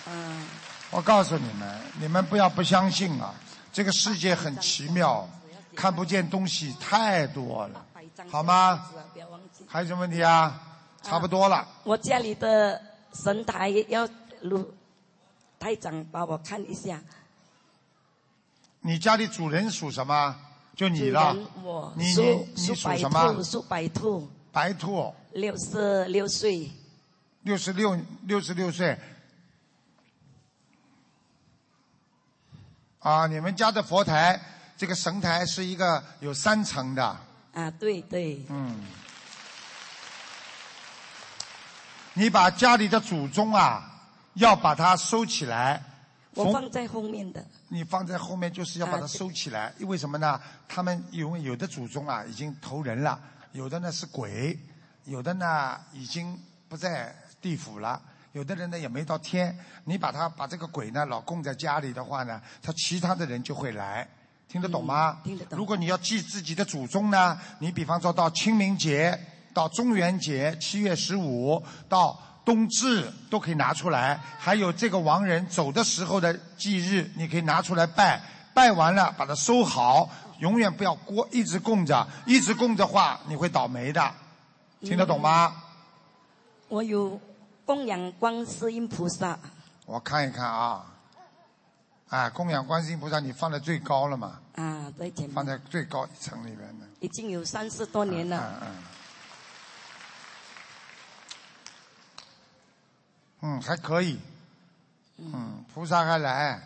[SPEAKER 8] 嗯，
[SPEAKER 2] 我告诉你们，你们不要不相信啊！这个世界很奇妙，看不见东西太多了，好吗？？
[SPEAKER 8] 不要忘记，
[SPEAKER 2] 还有什么问题啊？差不多了，
[SPEAKER 8] [LAUGHS] 我家里的神台要卢台长帮我看一下，
[SPEAKER 2] 你家里主人属什么？就
[SPEAKER 8] 主
[SPEAKER 2] 你了
[SPEAKER 8] 人，我
[SPEAKER 2] 你
[SPEAKER 8] 属
[SPEAKER 2] 你你属
[SPEAKER 8] 白
[SPEAKER 2] 什么
[SPEAKER 8] 兔，属白兔，
[SPEAKER 2] 白兔，
[SPEAKER 8] 六十六岁，
[SPEAKER 2] 六十六六十六岁。啊，你们家的佛台，这个神台是一个有三层的，
[SPEAKER 8] 啊，对对，
[SPEAKER 2] 嗯。你把家里的祖宗啊，要把它收起来，
[SPEAKER 8] 我
[SPEAKER 2] 逢
[SPEAKER 8] 放在后面的，啊
[SPEAKER 2] 你放在后面就是要把它收起来，因为什么呢？他们有有的祖宗啊已经投人了，有的呢是鬼，有的呢已经不在地府了，有的人呢也没到天。你把他把这个鬼呢老供在家里的话呢，他其他的人就会来，听得懂吗？
[SPEAKER 8] 嗯听得懂
[SPEAKER 2] 如果你要记自己的祖宗呢，你比方说到清明节、到中元节、七月十五到。冬至都可以拿出来，还有这个亡人走的时候的忌日，你可以拿出来拜，拜完了把它收好，永远不要锅一直供着，一直供着话你会倒霉的，听得懂吗？
[SPEAKER 8] 我有供养观世音菩萨，
[SPEAKER 2] 我看一看啊，啊，供养观世音菩萨你放在最高了嘛，
[SPEAKER 8] 啊，在前
[SPEAKER 2] 放
[SPEAKER 8] 面，
[SPEAKER 2] 在最高一层里面的。
[SPEAKER 8] 已经有三十多年了。
[SPEAKER 2] 嗯嗯。嗯，还可以。嗯，菩萨还来。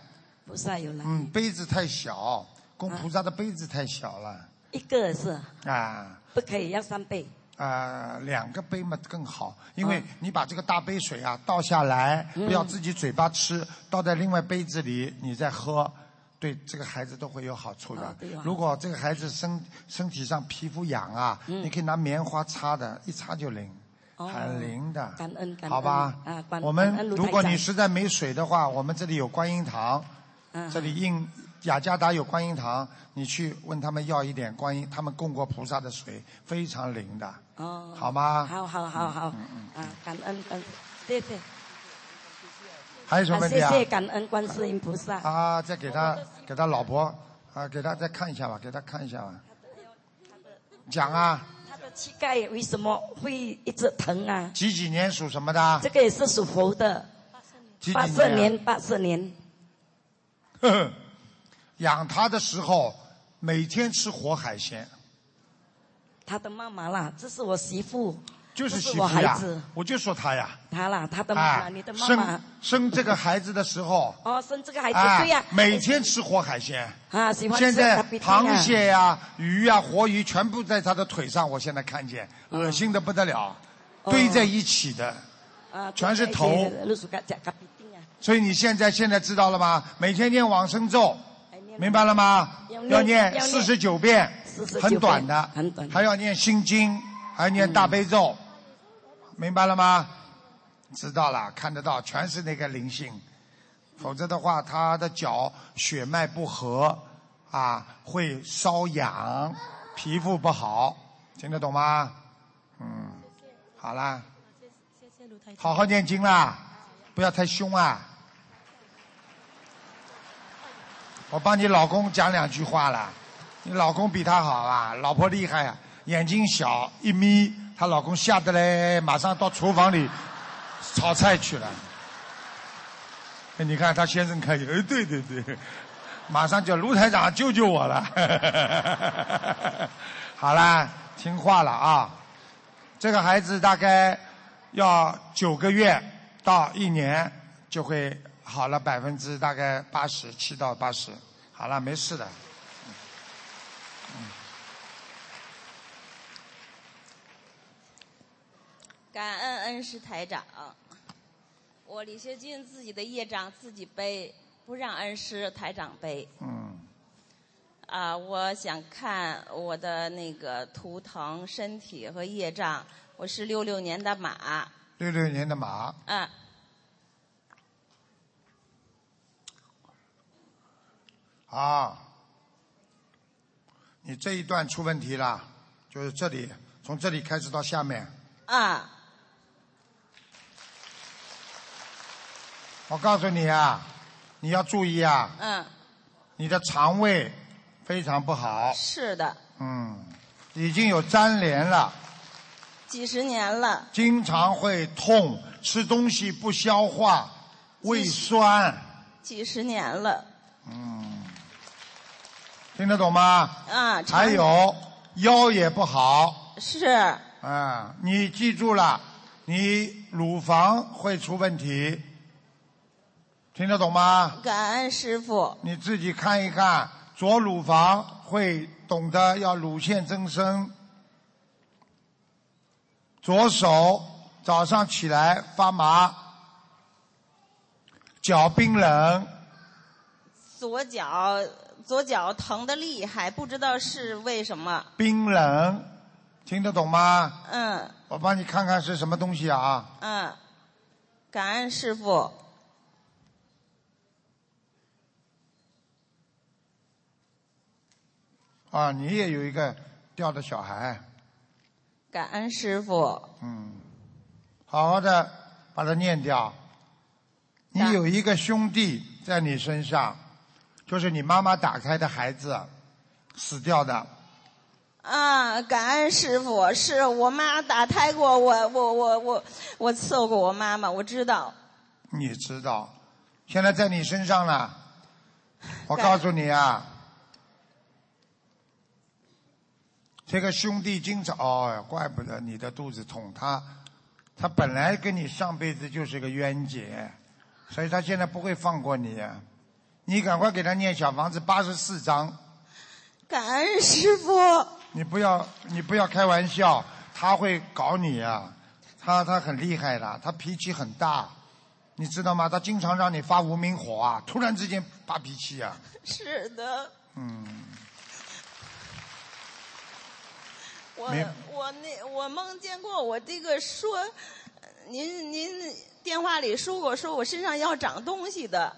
[SPEAKER 8] 菩萨有来，啊
[SPEAKER 2] 嗯，杯子太小，供菩萨的杯子太小了
[SPEAKER 8] 一个是
[SPEAKER 2] 啊
[SPEAKER 8] 不可以要三倍，
[SPEAKER 2] 呃两个杯嘛更好，因
[SPEAKER 8] 嗯
[SPEAKER 2] 为你把这个大杯水啊倒下来，不要自己嘴巴吃，倒在另外杯子里，你再喝。对这个孩子都会有好处
[SPEAKER 8] 啊
[SPEAKER 2] 的。如果这个孩子身身体上皮肤痒啊，你可以拿棉花擦的，一擦就灵，
[SPEAKER 8] 嗯哦
[SPEAKER 2] 很灵的。
[SPEAKER 8] 感恩感恩。
[SPEAKER 2] 好吧
[SPEAKER 8] 啊，感
[SPEAKER 2] 我
[SPEAKER 8] 感
[SPEAKER 2] 们
[SPEAKER 8] 恩卢
[SPEAKER 2] 如
[SPEAKER 8] 台
[SPEAKER 2] 果
[SPEAKER 8] 长
[SPEAKER 2] 你实在没水的话，我们这里有观音堂，
[SPEAKER 8] 嗯
[SPEAKER 2] 这里印雅加达有观音堂，你去问他们要一点观音，他们供过菩萨的水，非常灵的，
[SPEAKER 8] 哦，
[SPEAKER 2] 好嗯吗？
[SPEAKER 8] 好好好好，啊，感恩感恩，对对。
[SPEAKER 2] 还有什么问题啊
[SPEAKER 8] 谢谢感恩观世音菩萨。
[SPEAKER 2] 啊，再给他给他老婆啊，给他再看一下吧，给他看一下吧。讲啊，
[SPEAKER 8] 他的膝盖为什么会一直疼啊？
[SPEAKER 2] 几几年属什么的？
[SPEAKER 8] 这个也是属猴的，
[SPEAKER 2] 几啊
[SPEAKER 8] 八
[SPEAKER 2] 几
[SPEAKER 8] 四年，八四年。
[SPEAKER 2] 啊。 [LAUGHS] 养他的时候，每天吃活海鲜。
[SPEAKER 8] 他的妈妈啦，这是我媳妇，
[SPEAKER 2] 就是
[SPEAKER 8] 这
[SPEAKER 2] 媳
[SPEAKER 8] 是我
[SPEAKER 2] 妇呀
[SPEAKER 8] 孩子，
[SPEAKER 2] 我就说他呀，
[SPEAKER 8] 他啦，他的妈妈，
[SPEAKER 2] 啊
[SPEAKER 8] 你的，妈妈
[SPEAKER 2] 生。生这个孩子的时候，
[SPEAKER 8] 哦，生这个孩子、
[SPEAKER 2] 啊
[SPEAKER 8] 对呀、，
[SPEAKER 2] 每天吃活海鲜，
[SPEAKER 8] 啊，喜欢吃
[SPEAKER 2] 现在
[SPEAKER 8] tapiting 啊
[SPEAKER 2] 螃蟹呀、鱼呀、活鱼全部在他的腿上，我现在看见，
[SPEAKER 8] 嗯
[SPEAKER 2] 恶心的不得了，
[SPEAKER 8] 哦
[SPEAKER 2] 堆在一起的。
[SPEAKER 8] 啊，
[SPEAKER 2] 全是头
[SPEAKER 8] 露出个假嘎比丁啊，
[SPEAKER 2] 所以你现在现在知道了吗？每天念往生咒，明白了吗
[SPEAKER 8] 要？哎念
[SPEAKER 2] 要念
[SPEAKER 8] 要念
[SPEAKER 2] 四十九遍
[SPEAKER 8] 49，
[SPEAKER 2] 很短的，嗯
[SPEAKER 8] 遍很短的
[SPEAKER 2] 还要念心经，还要念大悲咒，明白了吗？知道了，看得到，全是那个灵性，否则的话，他的脚血脉不和啊，会瘙痒，皮肤不好，听得懂吗？嗯，好啦，好好念经啦，不要太凶啊。我帮你老公讲两句话啦，你老公比他好啊，老婆厉害啊，眼睛小一眯，她老公吓得嘞，马上到厨房里炒菜去了。哎你看她先生看见，哎，对对对，马上叫卢台长救救我了。 [LAUGHS] 好啦，听话了啊。这个孩子大概要九个月到一年就会好了百分之大概八十七到八十，好了，没事的。
[SPEAKER 7] 感恩恩师台长，我李学军自己的业障自己背，不让恩师台长背。
[SPEAKER 2] 嗯，
[SPEAKER 7] 啊，我想看我的那个图腾、身体和业障。我是六六年的马，
[SPEAKER 2] 六六年的马，
[SPEAKER 7] 嗯，
[SPEAKER 2] 啊，你这一段出问题了，就是这里，从这里开始到下面，
[SPEAKER 7] 啊，
[SPEAKER 2] 我告诉你啊，你要注意啊，
[SPEAKER 7] 嗯，
[SPEAKER 2] 你的肠胃非常不好，
[SPEAKER 7] 是的，
[SPEAKER 2] 嗯，已经有粘连了。
[SPEAKER 7] 几十年了，
[SPEAKER 2] 经常会痛，吃东西不消化，胃酸，嗯
[SPEAKER 7] 几十年了，
[SPEAKER 2] 听得懂吗？
[SPEAKER 7] 啊，
[SPEAKER 2] 还有腰也不好，
[SPEAKER 7] 是
[SPEAKER 2] 啊、你记住了，你乳房会出问题，听得懂吗？
[SPEAKER 7] 感恩师傅，
[SPEAKER 2] 你自己看一看，左乳房会懂得要乳腺增生，左手早上起来发麻，脚冰冷，
[SPEAKER 7] 左脚左脚疼的厉害，不知道是为什么。
[SPEAKER 2] 冰冷，听得懂吗？
[SPEAKER 7] 嗯
[SPEAKER 2] 我帮你看看是什么东西啊？
[SPEAKER 7] 嗯，感恩师傅，
[SPEAKER 2] 啊，你也有一个掉的小孩，嗯
[SPEAKER 7] 感恩师傅，
[SPEAKER 2] 好好的把它念掉。你
[SPEAKER 7] 啊
[SPEAKER 2] 有一个兄弟在你身上，就是你妈妈打胎的孩子，死掉的。
[SPEAKER 7] 啊，感恩师傅，是我妈打胎过我，我我我我伺候过我妈妈，我知道。
[SPEAKER 2] 你知道，现在在你身上
[SPEAKER 7] [LAUGHS]
[SPEAKER 2] 呢。我告诉你啊，这个兄弟经常，哦，怪不得你的肚子痛，他他本来跟你上辈子就是个冤结，所以他现在不会放过你。啊你赶快给他念小房子八十四章，
[SPEAKER 7] [LAUGHS] 感恩师傅，
[SPEAKER 2] 你不要你不要开玩笑，他会搞你啊，他他很厉害的，他脾气很大，你知道吗？他经常让你发无名火啊，突然之间发脾气啊，
[SPEAKER 4] 是的，
[SPEAKER 2] 嗯，
[SPEAKER 4] 我
[SPEAKER 2] 没
[SPEAKER 4] 我那我梦见过我这个说，呃您您电话里说过说我身上要长东西的，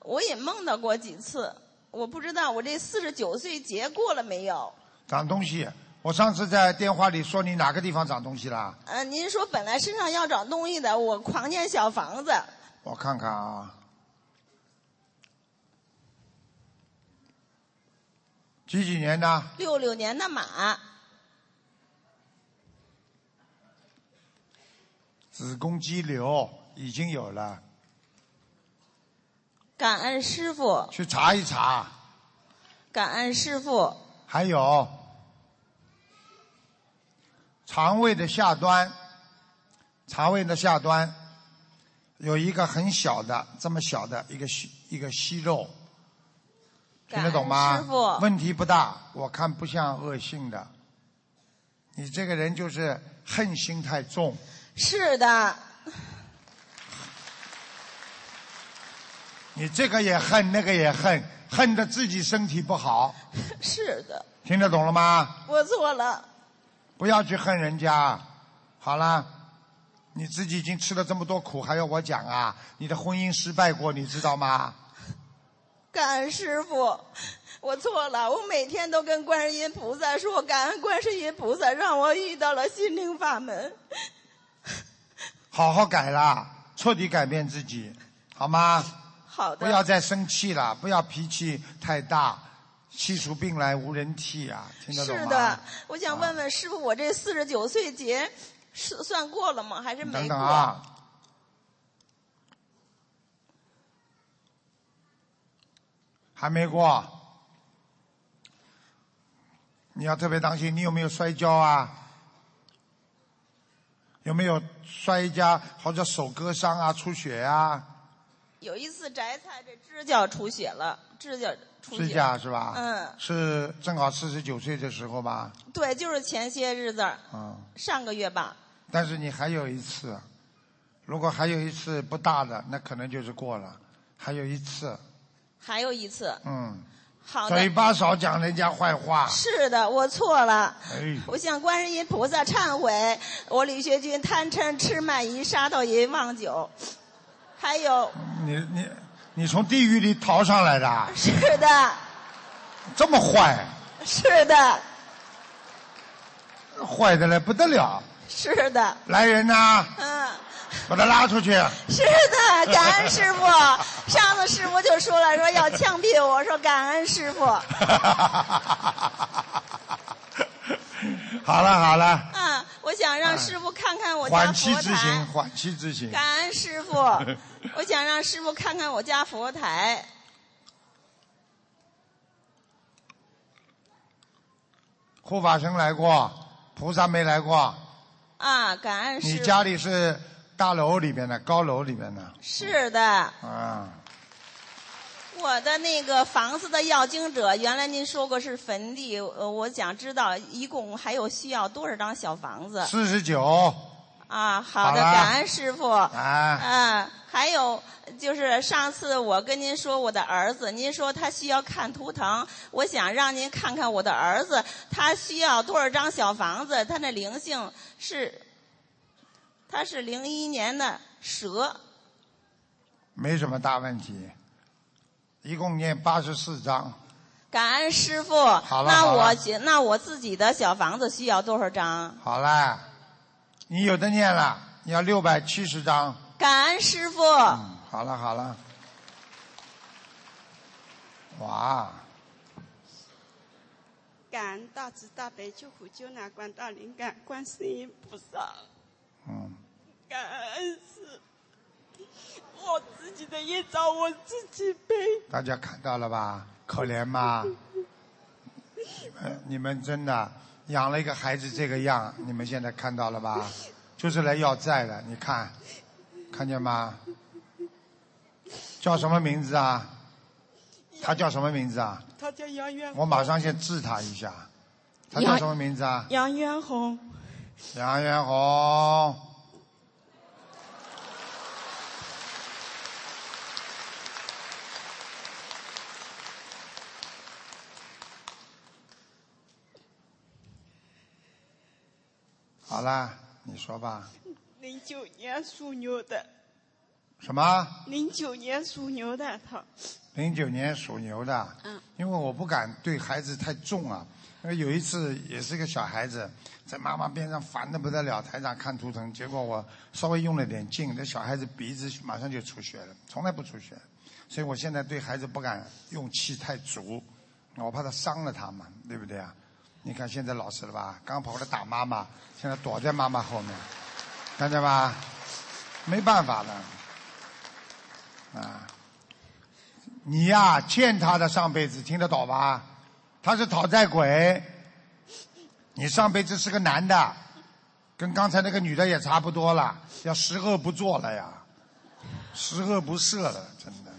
[SPEAKER 4] 我也梦到过几次，我不知道我这四十九岁节过了没有。
[SPEAKER 2] 长东西。我上次在电话里说你哪个地方长东西啦？
[SPEAKER 4] 呃，您说本来身上要长东西的，我狂念小房子，
[SPEAKER 2] 我看看啊，几几年的？
[SPEAKER 4] 六六年的马，
[SPEAKER 2] 子宫肌瘤已经有了，
[SPEAKER 4] 感恩师傅，
[SPEAKER 2] 去查一查。
[SPEAKER 4] 感恩师傅，
[SPEAKER 2] 还有肠胃的下端，肠胃的下端有一个很小的这么小的一个息一个息肉，听得懂
[SPEAKER 4] 感
[SPEAKER 2] 吗？
[SPEAKER 4] 恩师傅
[SPEAKER 2] 问题不大，我看不像恶性的。你这个人就是恨心太重，
[SPEAKER 4] 是的，
[SPEAKER 2] 你这个也恨，那个也恨，恨得自己身体不好，
[SPEAKER 4] 是的，
[SPEAKER 2] 听得懂了吗？
[SPEAKER 4] 我做了，
[SPEAKER 2] 不要去恨人家。好啦，你自己已经吃了这么多苦，还要我讲啊？你的婚姻失败过，你知道吗？
[SPEAKER 4] 感恩师傅，我错了，我每天都跟观世音菩萨说，感恩观世音菩萨让我遇到了心灵法门，
[SPEAKER 2] 好好改啦，彻底改变自己，好吗？
[SPEAKER 4] 好的，
[SPEAKER 2] 不要再生气了，不要脾气太大，气出病来无人替啊！听得懂吗？
[SPEAKER 4] 是的，我想问问师傅，我这四十九岁节是算过了吗？还是没过？
[SPEAKER 2] 等等啊。还没过，你要特别当心。你有没有摔跤啊？有没有摔跤或者手割伤啊、出血啊？
[SPEAKER 4] 有一次摘菜，这指甲出血了，指甲出血。
[SPEAKER 2] 指甲是吧？
[SPEAKER 4] 嗯，
[SPEAKER 2] 是正好四十九岁的时候吧？
[SPEAKER 4] 对，就是前些日子，
[SPEAKER 2] 嗯。
[SPEAKER 4] 上个月吧。
[SPEAKER 2] 但是你还有一次，啊如果还有一次不大的，那可能就是过了。还有一次，
[SPEAKER 4] 还有一次，
[SPEAKER 2] 嗯。
[SPEAKER 4] 好的。
[SPEAKER 2] 嘴巴少讲人家坏话。
[SPEAKER 4] 是的，我错了。
[SPEAKER 2] 哎，
[SPEAKER 4] 我向观世音菩萨忏悔，我李学军贪嗔痴慢疑杀盗淫忘酒，还有
[SPEAKER 2] 你你你从地狱里逃上来的啊，
[SPEAKER 4] 是的，
[SPEAKER 2] 这么坏，
[SPEAKER 4] 是的，
[SPEAKER 2] 坏的嘞不得了。
[SPEAKER 4] 是的，
[SPEAKER 2] 来人呐、
[SPEAKER 4] 嗯，
[SPEAKER 2] 把他拉出去。
[SPEAKER 4] 是的，感恩师傅。上次师傅就说了，说要枪毙我，我说感恩师傅。
[SPEAKER 2] 好了好了，
[SPEAKER 4] 嗯，我想让师傅看看我家
[SPEAKER 2] 缓期
[SPEAKER 4] 佛
[SPEAKER 2] 执行，
[SPEAKER 4] 台。
[SPEAKER 2] 缓期执行。
[SPEAKER 4] 感恩师傅，我想让师傅看看我家佛台。
[SPEAKER 2] [LAUGHS] 护法神来过，菩萨没来过。
[SPEAKER 4] 啊，感恩师
[SPEAKER 2] 你
[SPEAKER 4] 傅。
[SPEAKER 2] 家里是大楼里边的，高楼里边的
[SPEAKER 4] 是的，
[SPEAKER 2] 啊。
[SPEAKER 4] 我的那个房子的要经者，原来您说过是坟地，呃，我想知道一共还有需要多少张小房子？
[SPEAKER 2] 四十九
[SPEAKER 4] 啊，好的，
[SPEAKER 2] 好了
[SPEAKER 4] 感恩师傅。
[SPEAKER 2] 啊，
[SPEAKER 4] 嗯，还有就是上次我跟您说我的儿子，您说他需要看图腾，我想让您看看我的儿子，他需要多少张小房子？他那灵性是，他是零一年的蛇，
[SPEAKER 2] 没什么大问题。一共念八十四章，
[SPEAKER 4] 感恩师傅。
[SPEAKER 2] 好了
[SPEAKER 4] 那
[SPEAKER 2] 好
[SPEAKER 4] 我
[SPEAKER 2] 了
[SPEAKER 4] 觉那我自己的小房子需要多少张？
[SPEAKER 2] 好啦，你有的念了，你要六百七十章。嗯
[SPEAKER 4] 感恩师傅。
[SPEAKER 2] 好了好了，哇，
[SPEAKER 10] 感恩大慈大悲救苦救难广大灵感观世音菩萨，
[SPEAKER 2] 嗯，
[SPEAKER 10] 感恩是我自己的业障我自己背。
[SPEAKER 2] 大家看到了吧？可怜吗？呃你们真的养了一个孩子这个样，你们现在看到了吧？就是来要债的，你看，看见吗？叫什么名字啊？他叫什么名字啊？
[SPEAKER 10] 他
[SPEAKER 2] [LAUGHS]
[SPEAKER 10] 叫杨元，
[SPEAKER 2] 我马上先治他一下。他叫什么名字啊？
[SPEAKER 10] 杨元红，
[SPEAKER 2] 杨元红，好啦，你说吧，
[SPEAKER 10] 零九年属牛的，
[SPEAKER 2] 什么？
[SPEAKER 10] 零九年属牛的他，
[SPEAKER 2] 零九年属牛的，
[SPEAKER 10] 嗯，
[SPEAKER 2] 因为我不敢对孩子太重啊。因为有一次也是个小孩子在妈妈边上烦的不得了，台长看图腾，结果我稍微用了点劲，那小孩子鼻子马上就出血了，从来不出血，所以我现在对孩子不敢用气太足，我怕他伤了他嘛，对不对啊？你看现在老实了吧？刚跑过来打妈妈，现在躲在妈妈后面，看见吧？没办法了，啊，你呀、欠他的上辈子听得懂吧？他是讨债鬼，你上辈子是个男的，跟刚才那个女的也差不多了，要十恶不作了呀，十恶不赦了，真的。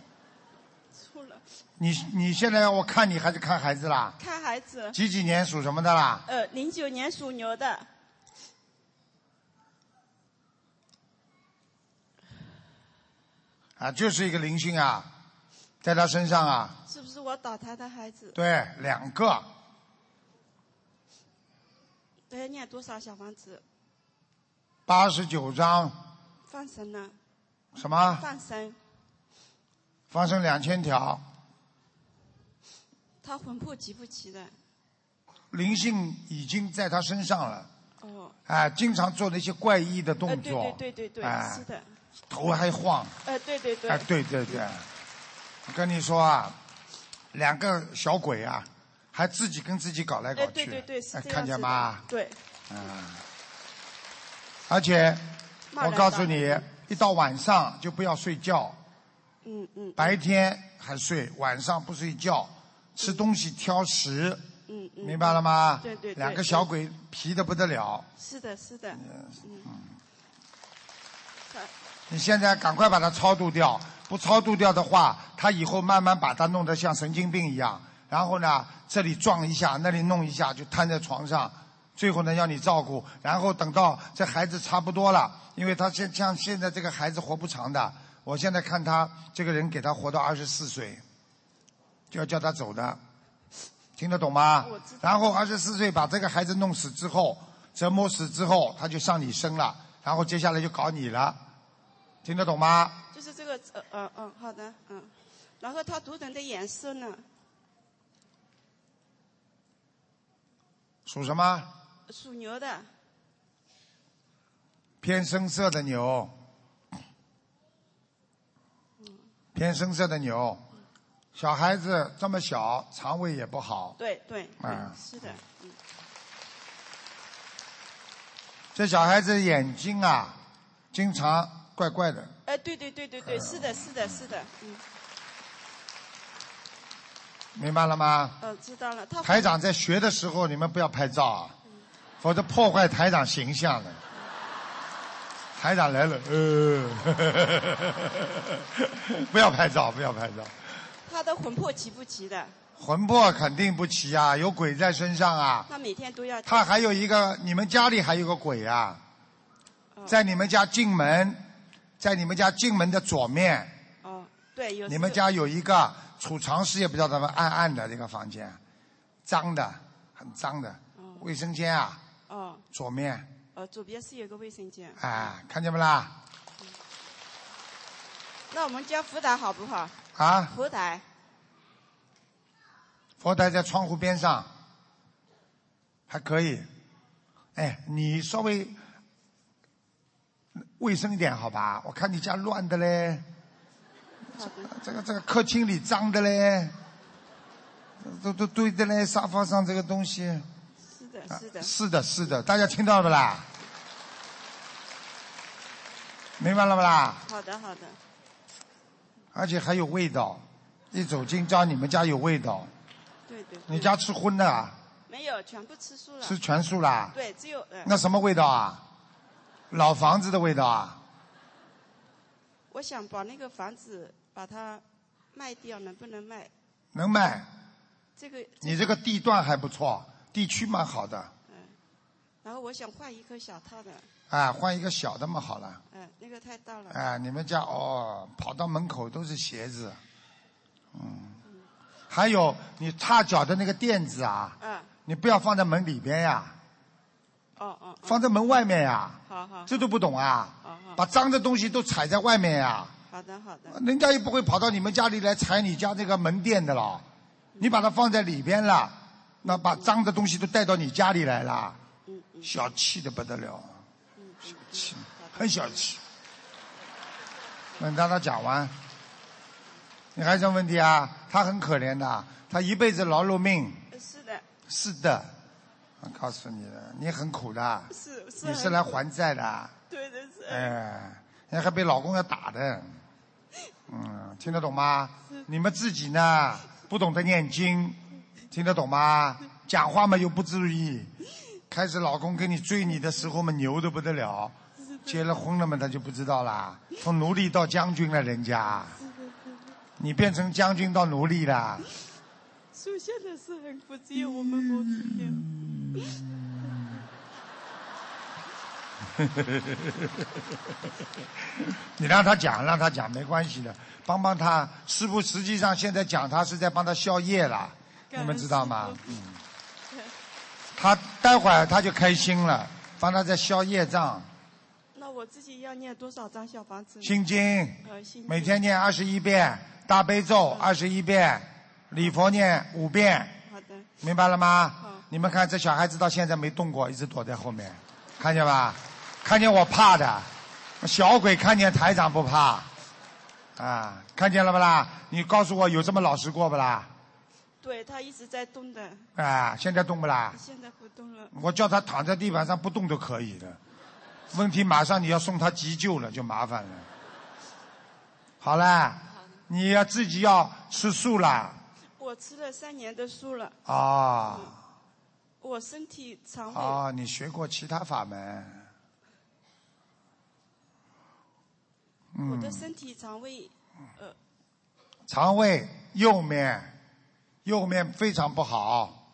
[SPEAKER 10] 错了，
[SPEAKER 2] 你你现在让我看你还是看孩子啦？
[SPEAKER 10] 看孩子，
[SPEAKER 2] 几几年属什么的啦？
[SPEAKER 10] 呃，零九年属牛的，
[SPEAKER 2] 啊，就是一个灵性啊，在他身上啊。
[SPEAKER 10] 是不是我打他的孩子？，
[SPEAKER 2] 对，两个
[SPEAKER 10] 我要念多少小房子？
[SPEAKER 2] 八十九张
[SPEAKER 10] 放生呢？
[SPEAKER 2] 什么
[SPEAKER 10] 放生，
[SPEAKER 2] 放生两千条，
[SPEAKER 10] 他魂魄急不急的？
[SPEAKER 2] 灵性已经在他身上了，
[SPEAKER 10] 哦，
[SPEAKER 2] 啊，经常做那些怪异的动
[SPEAKER 10] 呃，对
[SPEAKER 2] 作，
[SPEAKER 10] 对对对对，
[SPEAKER 2] 哎
[SPEAKER 10] 是的，
[SPEAKER 2] 头还晃，
[SPEAKER 10] 呃，对对对，
[SPEAKER 2] 哎，对对对，我跟你说啊，两个小鬼啊，还自己跟自己搞来搞
[SPEAKER 10] 哎，
[SPEAKER 2] 去，
[SPEAKER 10] 对对对，是这
[SPEAKER 2] 哎
[SPEAKER 10] 样子的
[SPEAKER 2] 看见吗？
[SPEAKER 10] 对，
[SPEAKER 2] 嗯，而且
[SPEAKER 10] 骂人
[SPEAKER 2] 我
[SPEAKER 10] 的
[SPEAKER 2] 告诉你，一到晚上就不要睡觉，
[SPEAKER 10] 嗯嗯，
[SPEAKER 2] 白天还睡，晚上不睡觉，吃东西挑食，
[SPEAKER 10] 嗯嗯，
[SPEAKER 2] 明白了吗？
[SPEAKER 10] 对对，对
[SPEAKER 2] 两个小，鬼皮的不得了，
[SPEAKER 10] 是的，是的，嗯，
[SPEAKER 2] 你现在赶快把它超度掉，不超度掉的话，他以后慢慢把它弄得像神经病一样，然后呢，这里撞一下，那里弄一下，就瘫在床上，最后呢要你照顾，然后等到这孩子差不多了，因为他现像现在这个孩子活不长的，我现在看他这个人给他活到二十四岁，就要叫他走的，听得懂吗？然后二十四岁把这个孩子弄死之后，折磨死之后，他就上你身了，然后接下来就搞你了。听得懂吗？
[SPEAKER 10] 就是这个，呃呃嗯，好的，嗯，然后他图腾的颜色呢，
[SPEAKER 2] 属什么？
[SPEAKER 10] 属牛的，
[SPEAKER 2] 偏深色的牛，偏深色的牛。小孩子这么小，肠胃也不好。
[SPEAKER 10] 对对，
[SPEAKER 2] 啊
[SPEAKER 10] 对是的，嗯，
[SPEAKER 2] 这小孩子眼睛啊，经常怪怪的。
[SPEAKER 10] 哎，对对对对对，是的，是的，是的，嗯，
[SPEAKER 2] 明白了吗？
[SPEAKER 10] 呃，知道了，他
[SPEAKER 2] 台长在学的时候，你们不要拍照啊，否则破坏台长形象了。台长来了，呃， [LAUGHS] 不要拍照，不要拍照，
[SPEAKER 10] 他的魂魄齐不齐的？
[SPEAKER 2] 魂魄肯定不齐啊，有鬼在身上啊。
[SPEAKER 10] 他每天都要，
[SPEAKER 2] 他还有一个，你们家里还有个鬼啊，在你们家进门，在你们家进门的左面，
[SPEAKER 10] 哦，对，有
[SPEAKER 2] 你们家有一个储藏室，也不知道怎么暗暗的这个房间，脏的，很脏的，卫生间啊，
[SPEAKER 10] 哦，
[SPEAKER 2] 左面。
[SPEAKER 10] 呃，左边是有个卫生间，
[SPEAKER 2] 啊，看见没啦？
[SPEAKER 10] 那我们家佛台好不好？
[SPEAKER 2] 啊，
[SPEAKER 10] 佛台，
[SPEAKER 2] 佛台在窗户边上，还可以。哎，你稍微卫生一点好吧？我看你家乱的嘞，
[SPEAKER 10] 好的，
[SPEAKER 2] 这个这个客厅里脏的嘞，都都堆的嘞，沙发上这个东西。
[SPEAKER 10] 是
[SPEAKER 2] 啊
[SPEAKER 10] 的，是的，
[SPEAKER 2] 是的，是的，大家听到了不啦？明白了不啦？
[SPEAKER 10] 好的，好的，
[SPEAKER 2] 而且还有味道，一走进家你们家有味道，
[SPEAKER 10] 对对。对
[SPEAKER 2] 你家吃荤的啊？
[SPEAKER 10] 没有，全部吃素了。
[SPEAKER 2] 吃全素啦
[SPEAKER 10] 对，只有呃。
[SPEAKER 2] 那什么味道啊？老房子的味道啊？
[SPEAKER 10] 我想把那个房子把它卖掉，能不能卖？
[SPEAKER 2] 能卖？
[SPEAKER 10] 这个
[SPEAKER 2] 你这个地段还不错，地区蛮好的。
[SPEAKER 11] 然后我想换一颗小套的，
[SPEAKER 2] 啊，换一个小的嘛好了。
[SPEAKER 11] 嗯、那个太大了。
[SPEAKER 2] 啊，你们家哦，跑到门口都是鞋子，嗯，还有你踏脚的那个垫子啊，
[SPEAKER 11] 嗯，
[SPEAKER 2] 你不要放在门里边呀，
[SPEAKER 11] 哦哦，
[SPEAKER 2] 放在门外面呀，
[SPEAKER 11] 好好，
[SPEAKER 2] 这都不懂啊，
[SPEAKER 11] 好好，
[SPEAKER 2] 把脏的东西都踩在外面呀，
[SPEAKER 11] 好的好的，
[SPEAKER 2] 人家又不会跑到你们家里来踩你家这个门店的了，
[SPEAKER 11] 嗯
[SPEAKER 2] 你把它放在里边了，那把脏的东西都带到你家里来了，
[SPEAKER 11] 嗯
[SPEAKER 2] 小气的不得了，小气，很小气。那你让他讲完，你还有什么问题啊？他很可怜的，他一辈子劳碌命，
[SPEAKER 11] 是的，
[SPEAKER 2] 是的，我告诉你了，你很苦的，
[SPEAKER 11] 是是
[SPEAKER 2] 你是来还债的，
[SPEAKER 11] 对的是，
[SPEAKER 2] 哎，人家还被老公要打的，嗯，听得懂吗？你们自己呢，不懂得念经，听得懂吗？讲话嘛又不注意，开始老公跟你追你的时候嘛牛的不得了，结了婚了嘛他就不知道啦，从奴隶到将军了人家，你变成将军到奴隶了，
[SPEAKER 10] 叔现在是很不自由，我们不自由。
[SPEAKER 2] [LAUGHS] [LAUGHS] 你让他讲让他讲没关系的，帮帮他。师傅实际上现在讲他是在帮他消业了，你们知 [LAUGHS] 道吗？嗯。他待会儿他就开心了，帮他在消业障。
[SPEAKER 11] 那我自己要念多少张小房子呢？
[SPEAKER 2] 心经
[SPEAKER 11] 呃，心经
[SPEAKER 2] 每天念二十一遍，大悲咒二十一遍，礼佛念五遍，
[SPEAKER 11] 好的，
[SPEAKER 2] 明白了吗？你们看这小孩子到现在没动过，一直躲在后面，看见吧？看见我怕的，小鬼看见台长不怕，啊，看见了不啦？你告诉我有这么老实过不啦？
[SPEAKER 11] 对他一直在动的，
[SPEAKER 2] 啊，现在动不啦？
[SPEAKER 11] 现在不动了。
[SPEAKER 2] 我叫他躺在地板上不动都可以的，问题马上你要送他急救了，就麻烦了。好啦，你要自己要吃素啦
[SPEAKER 11] 我吃了三年的素了，
[SPEAKER 2] 啊
[SPEAKER 11] 我身体肠胃、
[SPEAKER 2] 啊！你学过其他法门？
[SPEAKER 11] 我
[SPEAKER 2] 嗯
[SPEAKER 11] 的，身体肠胃，呃，
[SPEAKER 2] 肠胃右面，右面非常不好，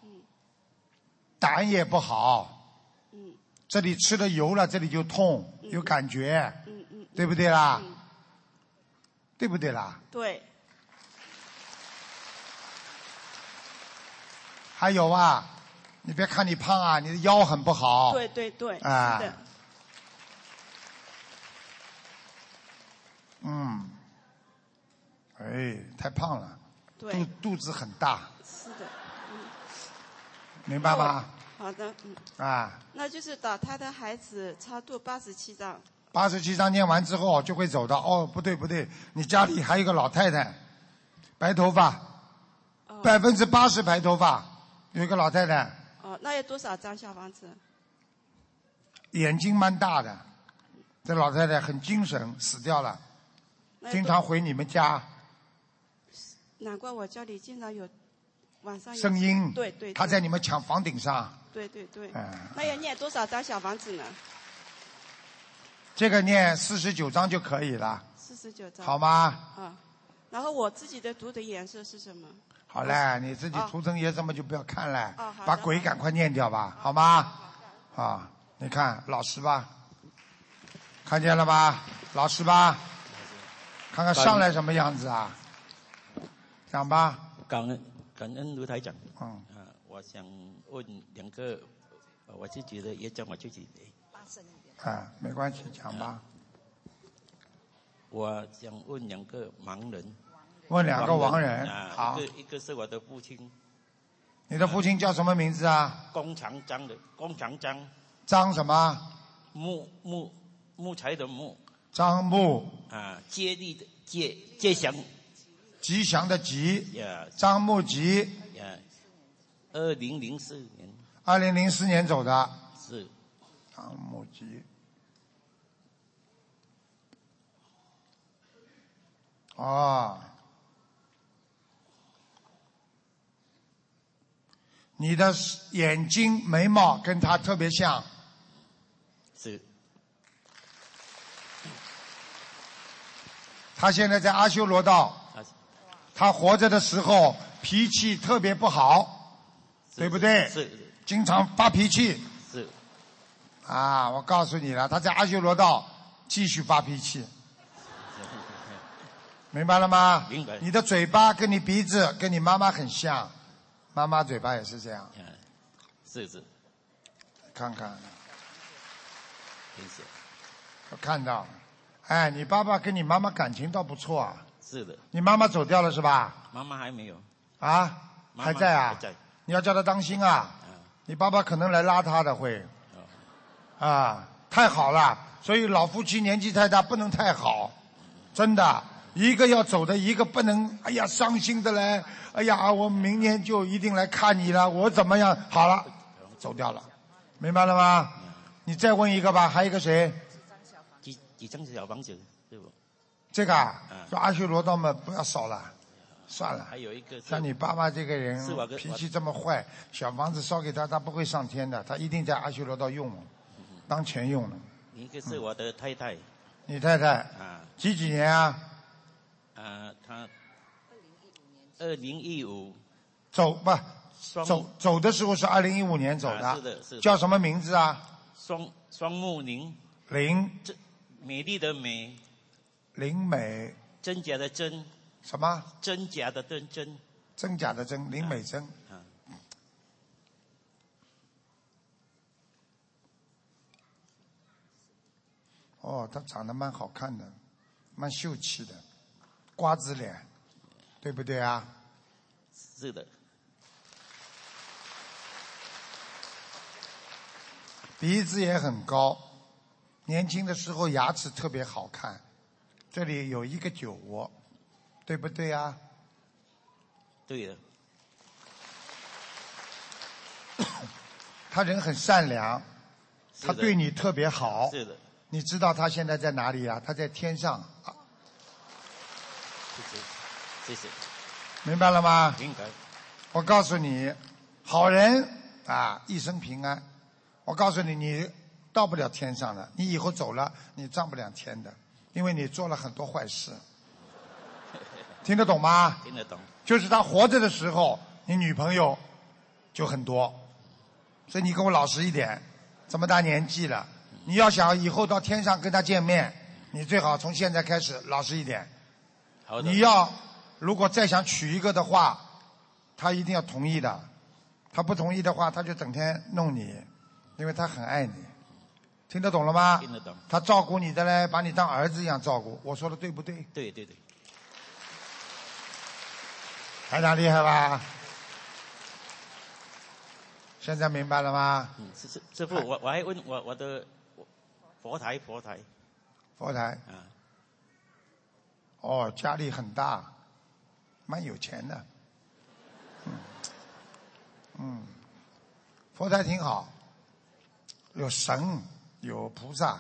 [SPEAKER 2] 胆也不好，
[SPEAKER 11] 嗯
[SPEAKER 2] 这里吃了油了，这里就痛，有感觉，
[SPEAKER 11] 嗯嗯，
[SPEAKER 2] 对不对啦？对不对啦？
[SPEAKER 11] 对，
[SPEAKER 2] 还有啊，你别看你胖啊，你的腰很不好。
[SPEAKER 11] 对对对，
[SPEAKER 2] 啊
[SPEAKER 11] 是的，
[SPEAKER 2] 嗯，哎，太胖了，
[SPEAKER 11] 对
[SPEAKER 2] 肚肚子很大，
[SPEAKER 11] 是的，嗯，
[SPEAKER 2] 明白吗？
[SPEAKER 11] 好的，嗯，
[SPEAKER 2] 啊，
[SPEAKER 11] 那就是打他的孩子超度八十七张，
[SPEAKER 2] 八十七章念完之后就会走到哦，不对不对，你家里还有个老太太，白头发，百分之八十白头发，有一个老太太，
[SPEAKER 11] 哦，那要多少张小房子？
[SPEAKER 2] 眼睛蛮大的，这老太太很精神，死掉了，
[SPEAKER 11] 那要
[SPEAKER 2] 经
[SPEAKER 11] 多
[SPEAKER 2] 常回你们家，
[SPEAKER 11] 难怪我家里经常有晚上有
[SPEAKER 2] 声音，
[SPEAKER 11] 对对，
[SPEAKER 2] 她
[SPEAKER 11] 对
[SPEAKER 2] 在你们墙房顶上，
[SPEAKER 11] 对对对，
[SPEAKER 2] 嗯
[SPEAKER 11] 那要念多少张小房子呢？
[SPEAKER 2] 这个念四十九章就可以了，
[SPEAKER 11] 四十九张，
[SPEAKER 2] 好？吗？
[SPEAKER 11] 啊，然后我自己的读的颜色是什么？
[SPEAKER 2] 好嘞，你自己
[SPEAKER 11] 哦
[SPEAKER 2] 图腾爷什么就不要看了
[SPEAKER 11] 哦好，的
[SPEAKER 2] 把鬼赶快念掉吧，好吗？啊，你看老实吧，看见了吧，老实吧，看看上来什么样子啊？讲吧，
[SPEAKER 12] 感恩感恩卢台长。
[SPEAKER 2] 嗯
[SPEAKER 12] 啊，我想问两个，呃我自己的也讲我自己的。
[SPEAKER 2] 啊，没关系，讲吧。
[SPEAKER 12] 我想问两个盲人。
[SPEAKER 2] 问两个盲人
[SPEAKER 12] 啊，
[SPEAKER 2] 好
[SPEAKER 12] 一个一个是我的父亲，
[SPEAKER 2] 你的父亲叫什么名字啊？
[SPEAKER 12] 弓长张的弓长张，
[SPEAKER 2] 张什么？
[SPEAKER 12] 木木木材的木
[SPEAKER 2] 张木，
[SPEAKER 12] 啊，接力的接接祥
[SPEAKER 2] 吉祥的吉，
[SPEAKER 12] 呀
[SPEAKER 2] 张木吉，
[SPEAKER 12] 呀，二零零四年
[SPEAKER 2] 二零零四年走的，
[SPEAKER 12] 是
[SPEAKER 2] 张木吉。哦，你的眼睛、眉毛跟他特别像，
[SPEAKER 12] 是
[SPEAKER 2] 他现在在阿修罗道
[SPEAKER 12] 啊，
[SPEAKER 2] 他活着的时候脾气特别不好，对不对？
[SPEAKER 12] 是
[SPEAKER 2] 经常发脾气，
[SPEAKER 12] 是
[SPEAKER 2] 啊，我告诉你了，他在阿修罗道继续发脾气，明白了吗？
[SPEAKER 12] 明白
[SPEAKER 2] 你的嘴巴跟你鼻子跟你妈妈很像，妈妈嘴巴也是这样，
[SPEAKER 12] 是是，
[SPEAKER 2] 看看
[SPEAKER 12] 谢谢，
[SPEAKER 2] 我看到了。哎，你爸爸跟你妈妈感情倒不错啊，
[SPEAKER 12] 是的，
[SPEAKER 2] 你妈妈走掉了是吧？
[SPEAKER 12] 妈妈还没有，
[SPEAKER 2] 啊，
[SPEAKER 12] 妈妈
[SPEAKER 2] 还在啊
[SPEAKER 12] 还？在，嗯
[SPEAKER 2] 你要叫他当心啊，你爸爸可能来拉他的会，
[SPEAKER 12] 嗯
[SPEAKER 2] 啊，太好了，所以老夫妻年纪太大不能太好，真的，一个要走的，一个不能，哎呀，伤心的嘞，哎呀，我明年就一定来看你了，我怎么样？好了，走掉了，明白了吗？
[SPEAKER 12] 嗯
[SPEAKER 2] 你再问一个吧，还有一个谁？
[SPEAKER 12] 几几张小房子，对不？
[SPEAKER 2] 这个啊
[SPEAKER 12] 嗯，
[SPEAKER 2] 说阿修罗道嘛，不要少了，算了。
[SPEAKER 12] 还有一个是
[SPEAKER 2] 像你爸爸这个人
[SPEAKER 12] 是我跟
[SPEAKER 2] 脾气这么坏，小房子烧给他，他不会上天的，他一定在阿修罗道用，当钱用了。
[SPEAKER 12] 一个是我的太太
[SPEAKER 2] 你太太
[SPEAKER 12] 啊
[SPEAKER 2] 几几年啊？
[SPEAKER 12] 啊，她二零一五
[SPEAKER 2] 走吧，
[SPEAKER 12] 双
[SPEAKER 2] 走走的时候是二零一五年走
[SPEAKER 12] 啊是的是的
[SPEAKER 2] 叫什么名字啊？
[SPEAKER 12] 双双木林，
[SPEAKER 2] 林
[SPEAKER 12] 这美丽的美，
[SPEAKER 2] 林美
[SPEAKER 12] 真假的真，
[SPEAKER 2] 什么？
[SPEAKER 12] 真假的真真，
[SPEAKER 2] 真假的真，林美珍。
[SPEAKER 12] 啊
[SPEAKER 2] 哦，她长得蛮好看的，蛮秀气的，瓜子脸，对不对啊？
[SPEAKER 12] 是的，
[SPEAKER 2] 鼻子也很高，年轻的时候牙齿特别好看，这里有一个酒窝，对不对啊？
[SPEAKER 12] 对的，
[SPEAKER 2] 他人很善良，
[SPEAKER 12] 是
[SPEAKER 2] 他
[SPEAKER 12] 的
[SPEAKER 2] 对你特别好。
[SPEAKER 12] 是的，
[SPEAKER 2] 你知道他现在在哪里啊？他在天上，啊
[SPEAKER 12] 谢谢，谢 [LAUGHS] 谢，
[SPEAKER 2] 明白了吗？
[SPEAKER 12] 明白，
[SPEAKER 2] 我告诉你，好人啊，一生平安。我告诉你，你到不了天上的，你以后走了，你上不了天的，因为你做了很多坏事。听得懂吗？
[SPEAKER 12] 听得懂，
[SPEAKER 2] 就是他活着的时候，你女朋友就很多，所以你给我老实一点。这么大年纪了，你要想以后到天上跟他见面，你最好从现在开始老实一点。
[SPEAKER 12] 好的，
[SPEAKER 2] 你要如果再想娶一个的话，他一定要同意的，他不同意的话，他就整天弄你，因为他很爱你。听得懂了吗？
[SPEAKER 12] 听得懂，
[SPEAKER 2] 他照顾你的嘞，把你当儿子一样照顾。我说的对不对？
[SPEAKER 12] 对对对，
[SPEAKER 2] 台长厉害吧？现在明白了吗？
[SPEAKER 12] 嗯，师师师傅，
[SPEAKER 2] 哎
[SPEAKER 12] 我我还问我我的我佛台佛台
[SPEAKER 2] 佛台
[SPEAKER 12] 啊，
[SPEAKER 2] 哦，家里很大，蛮有钱的。嗯，嗯，佛台挺好，有神，有菩萨，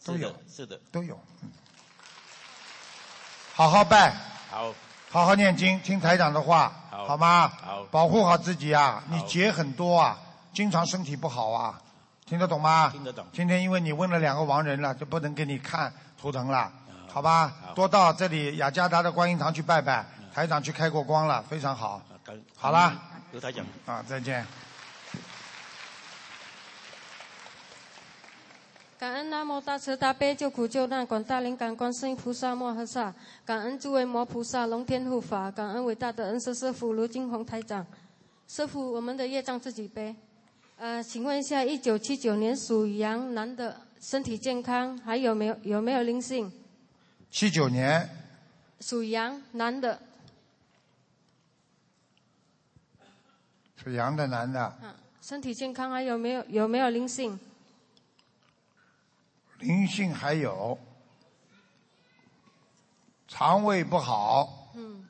[SPEAKER 12] 是
[SPEAKER 2] 都
[SPEAKER 12] 的
[SPEAKER 2] 有，
[SPEAKER 12] 是的，
[SPEAKER 2] 都有。嗯，好好拜，
[SPEAKER 12] 好，
[SPEAKER 2] 好好念经，听台长的话，
[SPEAKER 12] 好
[SPEAKER 2] 吗？
[SPEAKER 12] 好
[SPEAKER 2] 保护好自己啊！
[SPEAKER 12] 好
[SPEAKER 2] 你劫很多啊，经常身体不好啊，听得懂吗？
[SPEAKER 12] 听得懂
[SPEAKER 2] 今天因为你问了两个亡人了，就不能给你看图腾了，好吧？
[SPEAKER 12] 啊好嗯
[SPEAKER 2] 多到这里雅加达的观音堂去拜拜，台长去开过光了，非常好。
[SPEAKER 12] 啊，感
[SPEAKER 2] 好啦，
[SPEAKER 12] 刘台长。
[SPEAKER 2] 啊，再见。
[SPEAKER 13] 感恩南无大慈大悲救苦救难广大灵感观世音菩萨摩诃萨，感恩诸位摩菩萨龙天护法，感恩伟大的恩师师傅卢金红台长。师傅，我们的业障自己背。呃，请问一下，一九七九年属羊男的身体健康，还有没有有没有灵性？
[SPEAKER 2] 七九年
[SPEAKER 13] 属羊男的，
[SPEAKER 2] 属羊的男的，
[SPEAKER 13] 嗯、身体健康，还有没有有没有灵性？
[SPEAKER 2] 灵性还有，肠胃不好，
[SPEAKER 13] 嗯，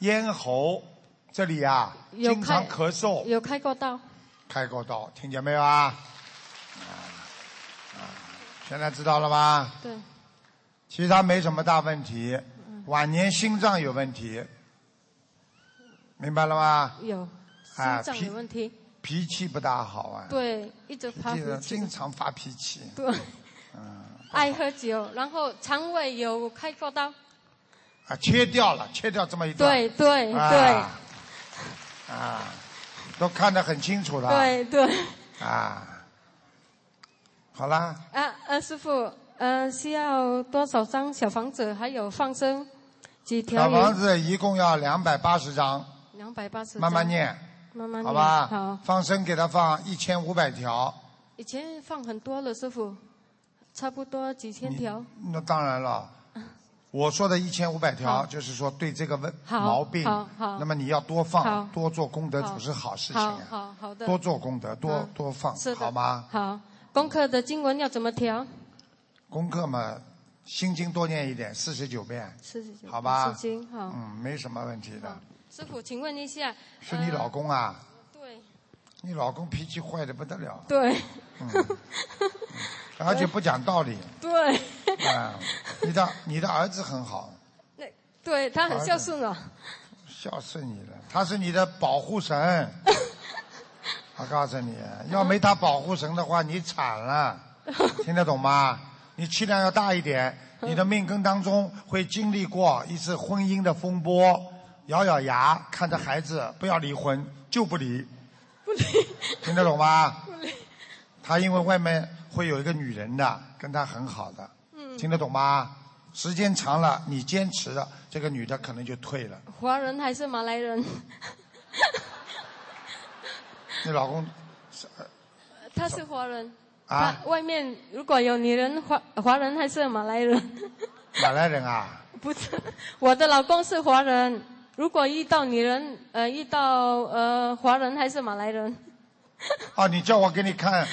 [SPEAKER 2] 咽喉这里啊
[SPEAKER 13] 有
[SPEAKER 2] 经常
[SPEAKER 13] 开
[SPEAKER 2] 咳嗽，
[SPEAKER 13] 有开过刀。
[SPEAKER 2] 开过刀，听见没有啊？啊啊，现在知道了吧？
[SPEAKER 13] 对，嗯
[SPEAKER 2] 其他没什么大问题，晚年心脏有问题，明白了吗？
[SPEAKER 13] 有心
[SPEAKER 2] 啊
[SPEAKER 13] 脏
[SPEAKER 2] 脾
[SPEAKER 13] 有问题。
[SPEAKER 2] 脾气不大好啊，
[SPEAKER 13] 对，一直发
[SPEAKER 2] 记
[SPEAKER 13] 脾
[SPEAKER 2] 得
[SPEAKER 13] 气。
[SPEAKER 2] 经常发脾气，
[SPEAKER 13] 对，
[SPEAKER 2] 嗯，
[SPEAKER 13] 爱喝酒，然后肠胃有开过刀。
[SPEAKER 2] 啊，切掉了，切掉这么一段，
[SPEAKER 13] 对对
[SPEAKER 2] 啊，啊，都看得很清楚了，
[SPEAKER 13] 对对，
[SPEAKER 2] 啊，好啦，
[SPEAKER 13] 啊呃，师傅，呃，需要多少张小房子？还有放生几
[SPEAKER 2] 小
[SPEAKER 13] 条鱼？
[SPEAKER 2] 房子一共要两百八十张，
[SPEAKER 13] 两百八十。
[SPEAKER 2] 慢慢念，
[SPEAKER 13] 慢慢念，
[SPEAKER 2] 好吧？
[SPEAKER 13] 嗯好，
[SPEAKER 2] 放生给他放一千五百条，
[SPEAKER 13] 以前放很多了，师傅，差不多几千条。
[SPEAKER 2] 那当然了。我说的一千五百条，就是说对这个问
[SPEAKER 13] 好
[SPEAKER 2] 毛病
[SPEAKER 13] 好好，
[SPEAKER 2] 那么你要多
[SPEAKER 13] 好
[SPEAKER 2] 放，多做功德
[SPEAKER 13] 好
[SPEAKER 2] 主是好事情
[SPEAKER 13] 好
[SPEAKER 2] 呀，
[SPEAKER 13] 好好的，
[SPEAKER 2] 多做功德，多
[SPEAKER 13] 嗯
[SPEAKER 2] 多放
[SPEAKER 13] 是，的
[SPEAKER 2] 好吗？
[SPEAKER 13] 好。功课的经文要怎么调？
[SPEAKER 2] 功课嘛，心经多念一点，四十九遍，
[SPEAKER 13] 四十九。
[SPEAKER 2] 好吧？
[SPEAKER 13] 四经好。
[SPEAKER 2] 嗯，没什么问题的。
[SPEAKER 13] 师傅，请问一下，
[SPEAKER 2] 是你老公啊？
[SPEAKER 13] 呃对
[SPEAKER 2] 你老公脾气坏的不得了，啊
[SPEAKER 13] 对
[SPEAKER 2] [LAUGHS] 而且不讲道理。
[SPEAKER 13] 对
[SPEAKER 2] 啊、你的你的儿子很好，
[SPEAKER 13] 对，他很
[SPEAKER 2] 好的
[SPEAKER 13] 孝顺哦。
[SPEAKER 2] 孝顺你了，他是你的保护 [LAUGHS] 神。我告诉你，要没他保护神的话，你惨 [LAUGHS] 了，听得懂吗？你气量要大一点，你的命根当中会经历过一次婚姻的风波，咬咬牙看着孩子不要离婚，就不离，听得懂 [LAUGHS] 吗？他因为外面会有一个女人的，跟他很好的，
[SPEAKER 13] 嗯
[SPEAKER 2] 听得懂吗？时间长了，你坚持了，这个女的可能就退了。
[SPEAKER 13] 华人还是马来人？ [LAUGHS]
[SPEAKER 2] 你老
[SPEAKER 13] [LAUGHS]
[SPEAKER 2] 公是
[SPEAKER 13] 他是华人。
[SPEAKER 2] 啊
[SPEAKER 13] 他外面如果有女人，华华人还是马来人？ [LAUGHS]
[SPEAKER 2] 马来人啊？
[SPEAKER 13] 不是，我的老公是华人。如果遇到女人，呃，遇到呃华人还是马来人？
[SPEAKER 2] 哦，你叫我给你看，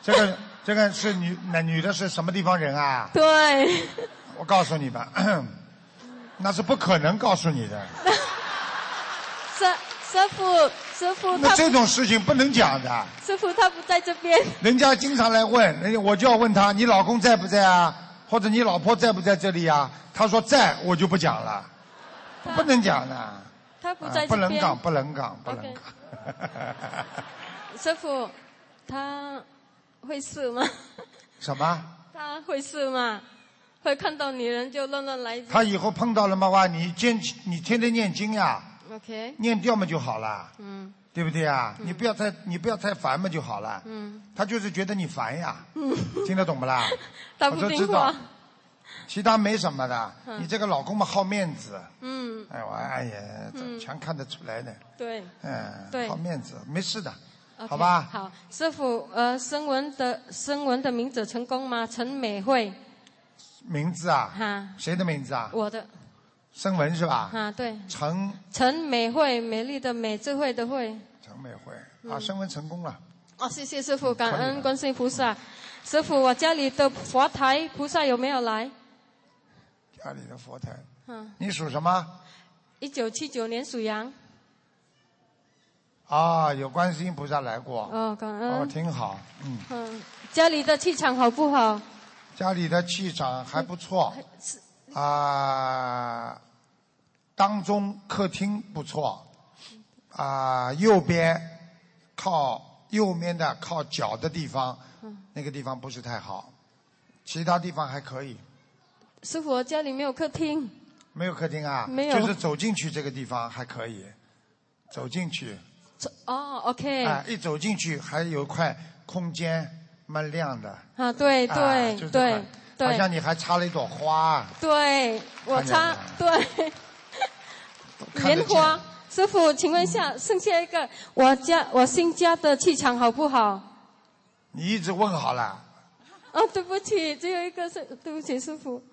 [SPEAKER 2] 这个这个是女那女的是什么地方人啊？
[SPEAKER 13] 对，
[SPEAKER 2] 我告诉你吧， [CLEARS THROAT] 那是不可能告诉你的，
[SPEAKER 13] 师师傅，师傅
[SPEAKER 2] 那
[SPEAKER 13] 他
[SPEAKER 2] 这种事情不能讲的。
[SPEAKER 13] 师傅他不在这边。
[SPEAKER 2] 人家经常来问，人家我就要问他，你老公在不在啊？或者你老婆在不在这里啊？他说在，我就不讲了，不能讲的，啊
[SPEAKER 13] 他不在这边。
[SPEAKER 2] 不能啊讲，不能讲，不能
[SPEAKER 13] OK
[SPEAKER 2] 讲。
[SPEAKER 13] 师傅，他会试吗？
[SPEAKER 2] [LAUGHS]
[SPEAKER 13] [LAUGHS]
[SPEAKER 2] 什么？
[SPEAKER 13] 他会试吗？会看到女人就乱乱来？
[SPEAKER 2] 他以后碰到了嘛话，你坚持，你天天念经呀、
[SPEAKER 13] OK，
[SPEAKER 2] 念掉嘛就好了，
[SPEAKER 13] 嗯
[SPEAKER 2] 对不对啊？你不要太你不要太烦嘛就好了。
[SPEAKER 13] 嗯
[SPEAKER 2] 他就是觉得你烦呀，
[SPEAKER 13] [LAUGHS] 嗯，
[SPEAKER 2] 听得懂不啦？
[SPEAKER 13] 他
[SPEAKER 2] 我
[SPEAKER 13] 不
[SPEAKER 2] 就
[SPEAKER 13] 听
[SPEAKER 2] 知道
[SPEAKER 13] 话，，
[SPEAKER 2] 其他没什么的。
[SPEAKER 13] 嗯
[SPEAKER 2] 你这个老公嘛好面子，
[SPEAKER 13] 嗯，
[SPEAKER 2] 哎我哎呀，这
[SPEAKER 13] 嗯
[SPEAKER 2] 全看得出来的，
[SPEAKER 13] 对
[SPEAKER 2] 嗯，
[SPEAKER 13] 对
[SPEAKER 2] 好面子，没事的，
[SPEAKER 13] ，OK，
[SPEAKER 2] 好吧？
[SPEAKER 13] 好，师傅，呃，声纹的声纹的名字成功吗？陈美惠，
[SPEAKER 2] 名字啊，
[SPEAKER 13] 哈，
[SPEAKER 2] 谁的名字啊？
[SPEAKER 13] 我的，
[SPEAKER 2] 声文是吧？
[SPEAKER 13] 哈，对，
[SPEAKER 2] 陈
[SPEAKER 13] 陈美惠，美丽的美，智慧的慧。
[SPEAKER 2] 陈美惠啊，
[SPEAKER 13] 嗯
[SPEAKER 2] 声文成功了。
[SPEAKER 13] 哦，谢谢师傅，感
[SPEAKER 2] 可以的
[SPEAKER 13] 恩观世音菩萨。师傅，我家里的佛台菩萨有没有来？
[SPEAKER 2] 家里的佛台，
[SPEAKER 13] 嗯，
[SPEAKER 2] 你属什么？
[SPEAKER 13] 一九七九年属羊。
[SPEAKER 2] 啊，有观世音菩萨来过。
[SPEAKER 13] 哦，感恩。
[SPEAKER 2] 哦，挺好，嗯，
[SPEAKER 13] 嗯，家里的气场好不好？
[SPEAKER 2] 家里的气场还不错，啊、当中客厅不错，啊、右边靠右面的靠脚的地方，
[SPEAKER 13] 嗯，
[SPEAKER 2] 那个地方不是太好，其他地方还可以，
[SPEAKER 13] 师傅，我家里没有客厅。
[SPEAKER 2] 没有客厅啊，
[SPEAKER 13] 没有
[SPEAKER 2] 就是走进去这个地方还可以，走进去，
[SPEAKER 13] 哦，OK。
[SPEAKER 2] 啊、一走进去还有一块空间，蛮亮的，
[SPEAKER 13] 啊，对
[SPEAKER 2] 啊
[SPEAKER 13] 对
[SPEAKER 2] 就是
[SPEAKER 13] 对
[SPEAKER 2] 好像
[SPEAKER 13] 对
[SPEAKER 2] 你还插了一朵花。
[SPEAKER 13] 对，我
[SPEAKER 2] 看见
[SPEAKER 13] 插对。
[SPEAKER 2] [LAUGHS] 看得
[SPEAKER 13] 莲花，师傅，请问一下，剩下一个，我家我新家的气场好不好？
[SPEAKER 2] 你一直问好了，
[SPEAKER 13] 哦，对不起，只有一个是，对不起，师傅。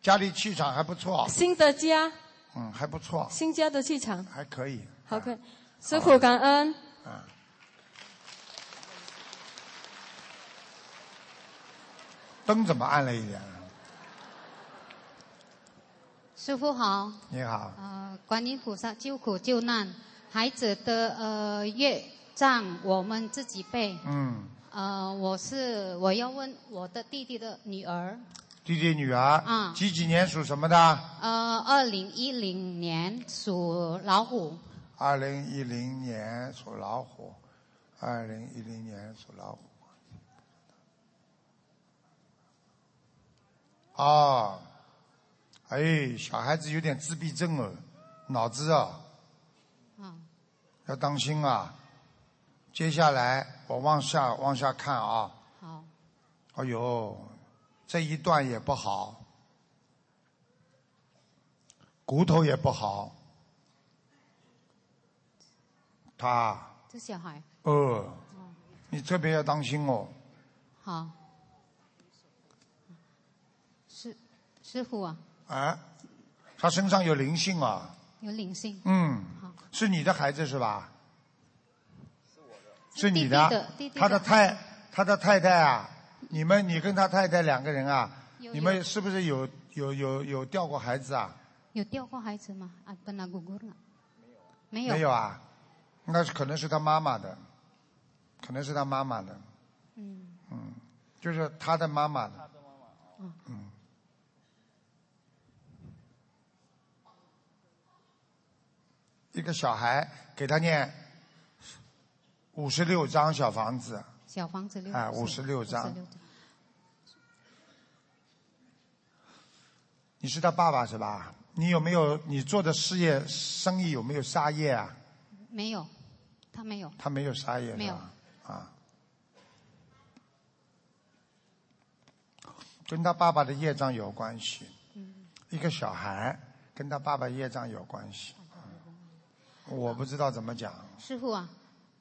[SPEAKER 2] 家里气场还不错，
[SPEAKER 13] 新的家，
[SPEAKER 2] 嗯，还不错，
[SPEAKER 13] 新家的气场，
[SPEAKER 2] 还可以。啊
[SPEAKER 13] 好可以。师傅感恩，
[SPEAKER 2] 灯怎么暗了一点？
[SPEAKER 14] 师傅好，
[SPEAKER 2] 你好，
[SPEAKER 14] 呃，观音菩萨救苦救难，孩子的呃业障我们自己背。
[SPEAKER 2] 嗯，
[SPEAKER 14] 呃，我是我要问我的弟弟的女儿，
[SPEAKER 2] 弟弟女儿，
[SPEAKER 14] 啊
[SPEAKER 2] 几几年属什么的？
[SPEAKER 14] 呃，二零一零年属老虎，
[SPEAKER 2] 二零一零年属老虎，二零一零年属老虎。哦，哎，小孩子有点自闭症哦，脑子啊、
[SPEAKER 14] 啊，
[SPEAKER 2] 要当心啊！接下来我往下往下看啊，
[SPEAKER 14] 好，
[SPEAKER 2] 哎呦，这一段也不好，骨头也不好，他
[SPEAKER 14] 这小孩
[SPEAKER 2] 呃，你特别要当心哦。
[SPEAKER 14] 好。师师傅啊，
[SPEAKER 2] 啊，他身上有灵性啊，
[SPEAKER 14] 有灵性，
[SPEAKER 2] 嗯，是你的孩子是吧？是你
[SPEAKER 14] 弟弟的弟弟的
[SPEAKER 2] 他的太他的太太啊，你们你跟他太太两个人啊，
[SPEAKER 14] 有
[SPEAKER 2] 你们
[SPEAKER 14] 有
[SPEAKER 2] 是不是有有有有掉过孩子啊？
[SPEAKER 14] 有掉过孩子吗？啊，本来姑姑呢？没有，
[SPEAKER 2] 没有，啊，那是可能是他妈妈的，可能是他妈妈的，
[SPEAKER 14] 嗯，
[SPEAKER 2] 嗯，就是他的妈妈的，
[SPEAKER 14] 嗯
[SPEAKER 2] 嗯，一个小孩给他念五十六张小房子，
[SPEAKER 14] 小房子六
[SPEAKER 2] 哎
[SPEAKER 14] 五
[SPEAKER 2] 56张
[SPEAKER 14] 张，
[SPEAKER 2] 你是他爸爸是吧？你有没有你做的事业生意有没有杀业啊？
[SPEAKER 14] 没有，他没有，
[SPEAKER 2] 他没有杀业是吧
[SPEAKER 14] 没有，
[SPEAKER 2] 啊，跟他爸爸的业障有关系。
[SPEAKER 14] 嗯，
[SPEAKER 2] 一个小孩跟他爸爸业障有关系，嗯我不知道怎么讲。
[SPEAKER 14] 师傅啊，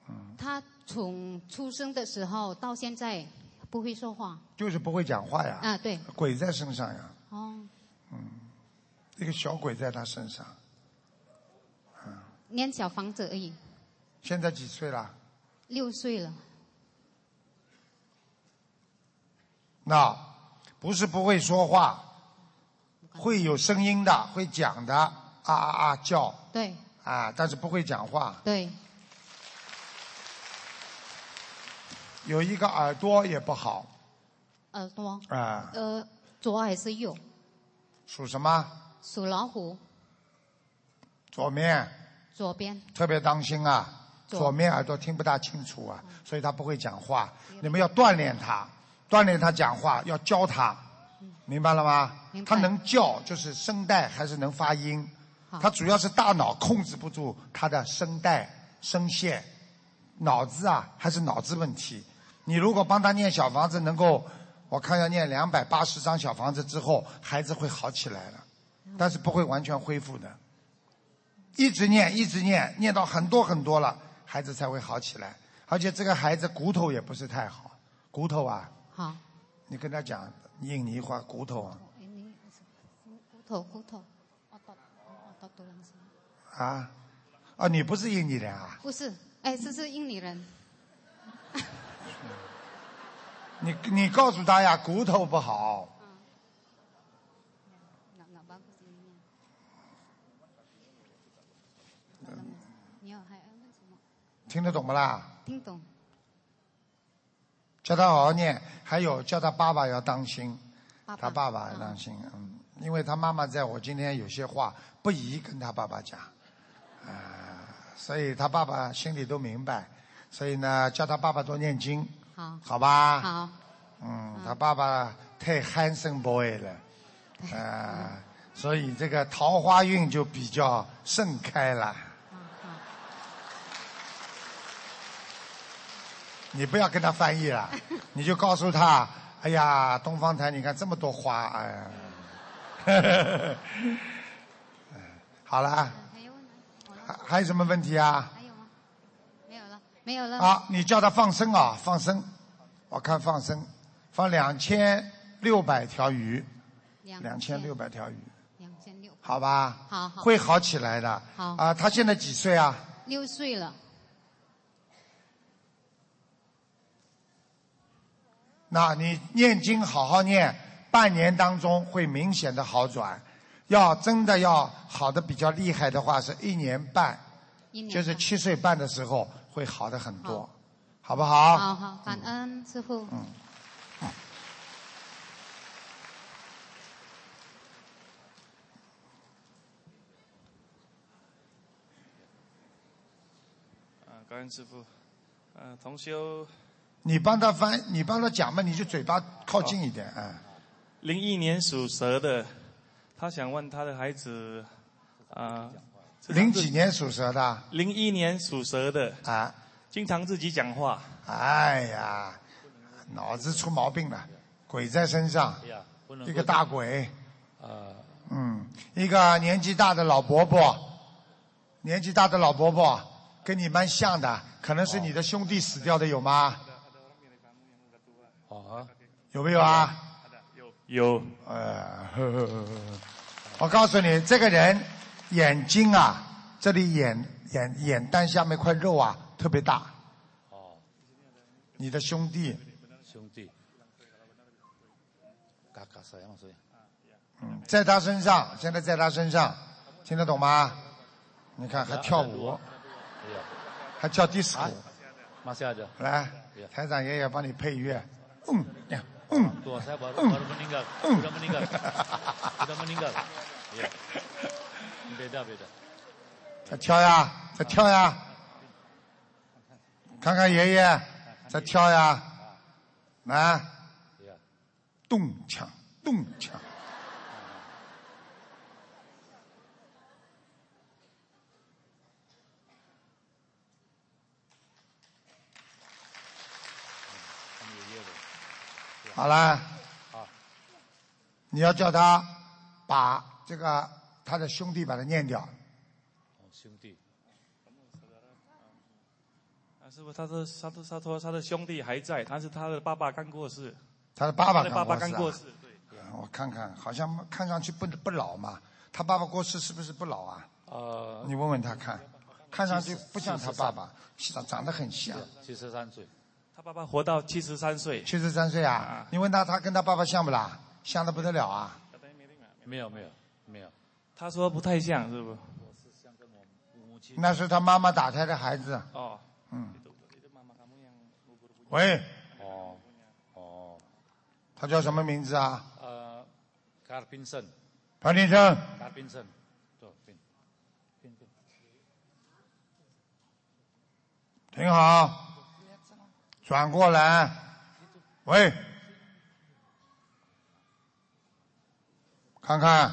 [SPEAKER 2] 嗯
[SPEAKER 14] 他从出生的时候到现在不会说话
[SPEAKER 2] 就是不会讲话呀，
[SPEAKER 14] 啊，对，
[SPEAKER 2] 鬼在身上呀，
[SPEAKER 14] 哦，
[SPEAKER 2] 一个小鬼在他身上。
[SPEAKER 14] 念小房子而已，
[SPEAKER 2] 现在几岁了？
[SPEAKER 14] 六岁了，
[SPEAKER 2] 那不是不会说话，会有声音的，会讲的，啊啊啊叫
[SPEAKER 14] 对
[SPEAKER 2] 啊，但是不会讲话。
[SPEAKER 14] 对，
[SPEAKER 2] 有一个耳朵也不好
[SPEAKER 14] 耳朵，
[SPEAKER 2] 啊、
[SPEAKER 14] 呃，左还是右？
[SPEAKER 2] 属什么？
[SPEAKER 14] 属老虎，
[SPEAKER 2] 左面
[SPEAKER 14] 左边，
[SPEAKER 2] 特别当心啊，
[SPEAKER 14] 左
[SPEAKER 2] 左面耳朵听不大清楚啊，所以他不会讲话。你们要锻炼他，锻炼他讲话，要教他，嗯明白了吗？他能叫，就是声带还是能发音，他主要是大脑控制不住他的声带、声线，脑子啊还是脑子问题。你如果帮他念小房子，能够我看要念两百八十张小房子之后，孩子会好起来了，但是不会完全恢复的。一直念，一直念，念到很多很多了，孩子才会好起来。而且这个孩子骨头也不是太好，骨头啊，
[SPEAKER 14] 好，
[SPEAKER 2] 你跟他讲印尼话骨头啊
[SPEAKER 14] 哎你骨头骨头，我到我到多两声，
[SPEAKER 2] 啊啊，你不是印尼人啊？
[SPEAKER 14] 不是，哎，这是印尼人，
[SPEAKER 2] 你你告诉他呀，骨头不好，
[SPEAKER 14] 哪哪班不是印尼人？你要还要问什么？
[SPEAKER 2] 听得懂不啦？
[SPEAKER 14] 听懂？
[SPEAKER 2] 叫他好好念，还有叫他爸爸要当心，
[SPEAKER 14] 爸
[SPEAKER 2] 他爸爸要当心，嗯，因为他妈妈在我今天有些话不宜跟他爸爸讲，啊、所以他爸爸心里都明白，所以呢，叫他爸爸多念经，
[SPEAKER 14] 好，
[SPEAKER 2] 好吧？
[SPEAKER 14] 好，
[SPEAKER 2] 嗯，他爸爸太 handsome boy 了， [LAUGHS] 啊、所以这个桃花运就比较盛开了。嗯你不要跟他翻译 [LAUGHS] 了，你就告诉他，哎呀，东方台你看这么多花，哎呀， [LAUGHS] 哎好了，啊还还有什么嗯问题啊？
[SPEAKER 14] 没有了，没有了。
[SPEAKER 2] 啊，你叫他放生啊，放生，我看放生，放两千六百条鱼，两千六百条鱼，
[SPEAKER 14] 两千六，
[SPEAKER 2] 好吧？
[SPEAKER 14] 好好
[SPEAKER 2] 会好起来的。
[SPEAKER 14] 好
[SPEAKER 2] 啊，他现在几岁啊？
[SPEAKER 14] 六岁了，
[SPEAKER 2] 那你念经好好念，半年当中会明显的好转。要真的要好的比较厉害的话，是一年半，
[SPEAKER 14] 一年
[SPEAKER 2] 就是
[SPEAKER 14] 半
[SPEAKER 2] 七岁半的时候会好的很多，好不
[SPEAKER 14] 好好，感恩师傅。
[SPEAKER 2] 嗯
[SPEAKER 3] 啊，感恩师傅。呃，同修
[SPEAKER 2] 你帮他翻，你帮他讲嘛，你就嘴巴靠近一点啊。嗯
[SPEAKER 3] 零一年属蛇的，他想问他的孩子，啊、
[SPEAKER 2] 零几年属蛇的啊？
[SPEAKER 3] 零一年属蛇的
[SPEAKER 2] 啊，
[SPEAKER 3] 经常自己讲话，
[SPEAKER 2] 哎呀，脑子出毛病了，鬼在身上，
[SPEAKER 15] 哎呀，不能
[SPEAKER 2] 一个大鬼，
[SPEAKER 15] 啊，
[SPEAKER 2] 嗯，一个年纪大的老伯伯，年纪大的老伯伯跟你蛮像的，可能是你的兄弟死掉的有吗？
[SPEAKER 3] 啊
[SPEAKER 15] 哦，
[SPEAKER 2] 有没有啊？
[SPEAKER 3] 有，
[SPEAKER 2] 呃，呵呵呵呵我告诉你，这个人眼睛啊，这里眼眼眼蛋下面块肉啊特别大。
[SPEAKER 15] 哦，
[SPEAKER 2] 你的兄弟，
[SPEAKER 15] 兄弟，嘎嘎塞嘛，所以
[SPEAKER 2] 嗯，在他身上，现在在他身上，听得懂吗？你看还跳舞，
[SPEAKER 15] 哎呀，
[SPEAKER 2] 还跳 disco，
[SPEAKER 15] 马下子，
[SPEAKER 2] 来
[SPEAKER 15] 哎呀，
[SPEAKER 2] 台长爷爷帮你配乐，嗯，呀嗯，
[SPEAKER 15] Tuo saya baru
[SPEAKER 2] Hmm.
[SPEAKER 15] baru meninggal,
[SPEAKER 2] Hmm.
[SPEAKER 15] sudah meninggal, sudah meninggal. Iya. Beda beda.
[SPEAKER 2] 再跳呀，再跳呀，看看爷爷，再跳呀，来，咚锵咚锵，好啦，
[SPEAKER 15] 好，
[SPEAKER 2] 你要叫他把这个他的兄弟把他念掉，
[SPEAKER 15] 哦，兄弟，
[SPEAKER 3] 啊，师傅，他是他是他说他的兄弟还在，但是他的爸爸刚过世。
[SPEAKER 2] 他的爸爸
[SPEAKER 3] 他的爸爸刚过
[SPEAKER 2] 过世
[SPEAKER 3] 世，对。
[SPEAKER 2] 啊。我看看，好像看上去不不老嘛，他爸爸过世是不是不老啊？
[SPEAKER 15] 呃，
[SPEAKER 2] 你问问他看，看上去
[SPEAKER 15] 七十
[SPEAKER 2] 不像他
[SPEAKER 15] 七十三
[SPEAKER 2] 爸爸，长长得很像。
[SPEAKER 15] 七十三岁，
[SPEAKER 3] 他爸爸活到七十三岁。
[SPEAKER 2] 七十三岁啊？你问他，他跟他爸爸像不啦？像的不得了啊！
[SPEAKER 15] 没有没有没有，
[SPEAKER 3] 他说不太像，是不？
[SPEAKER 2] 那是他妈妈打胎的孩子。
[SPEAKER 3] 哦，
[SPEAKER 2] 嗯。喂，
[SPEAKER 15] 哦哦，
[SPEAKER 2] 他叫什么名字啊？
[SPEAKER 15] 呃，Carpinson，
[SPEAKER 2] 潘先生，
[SPEAKER 15] ，Carpinson，对，bin bin bin，
[SPEAKER 2] 挺好，转过来。喂，看看，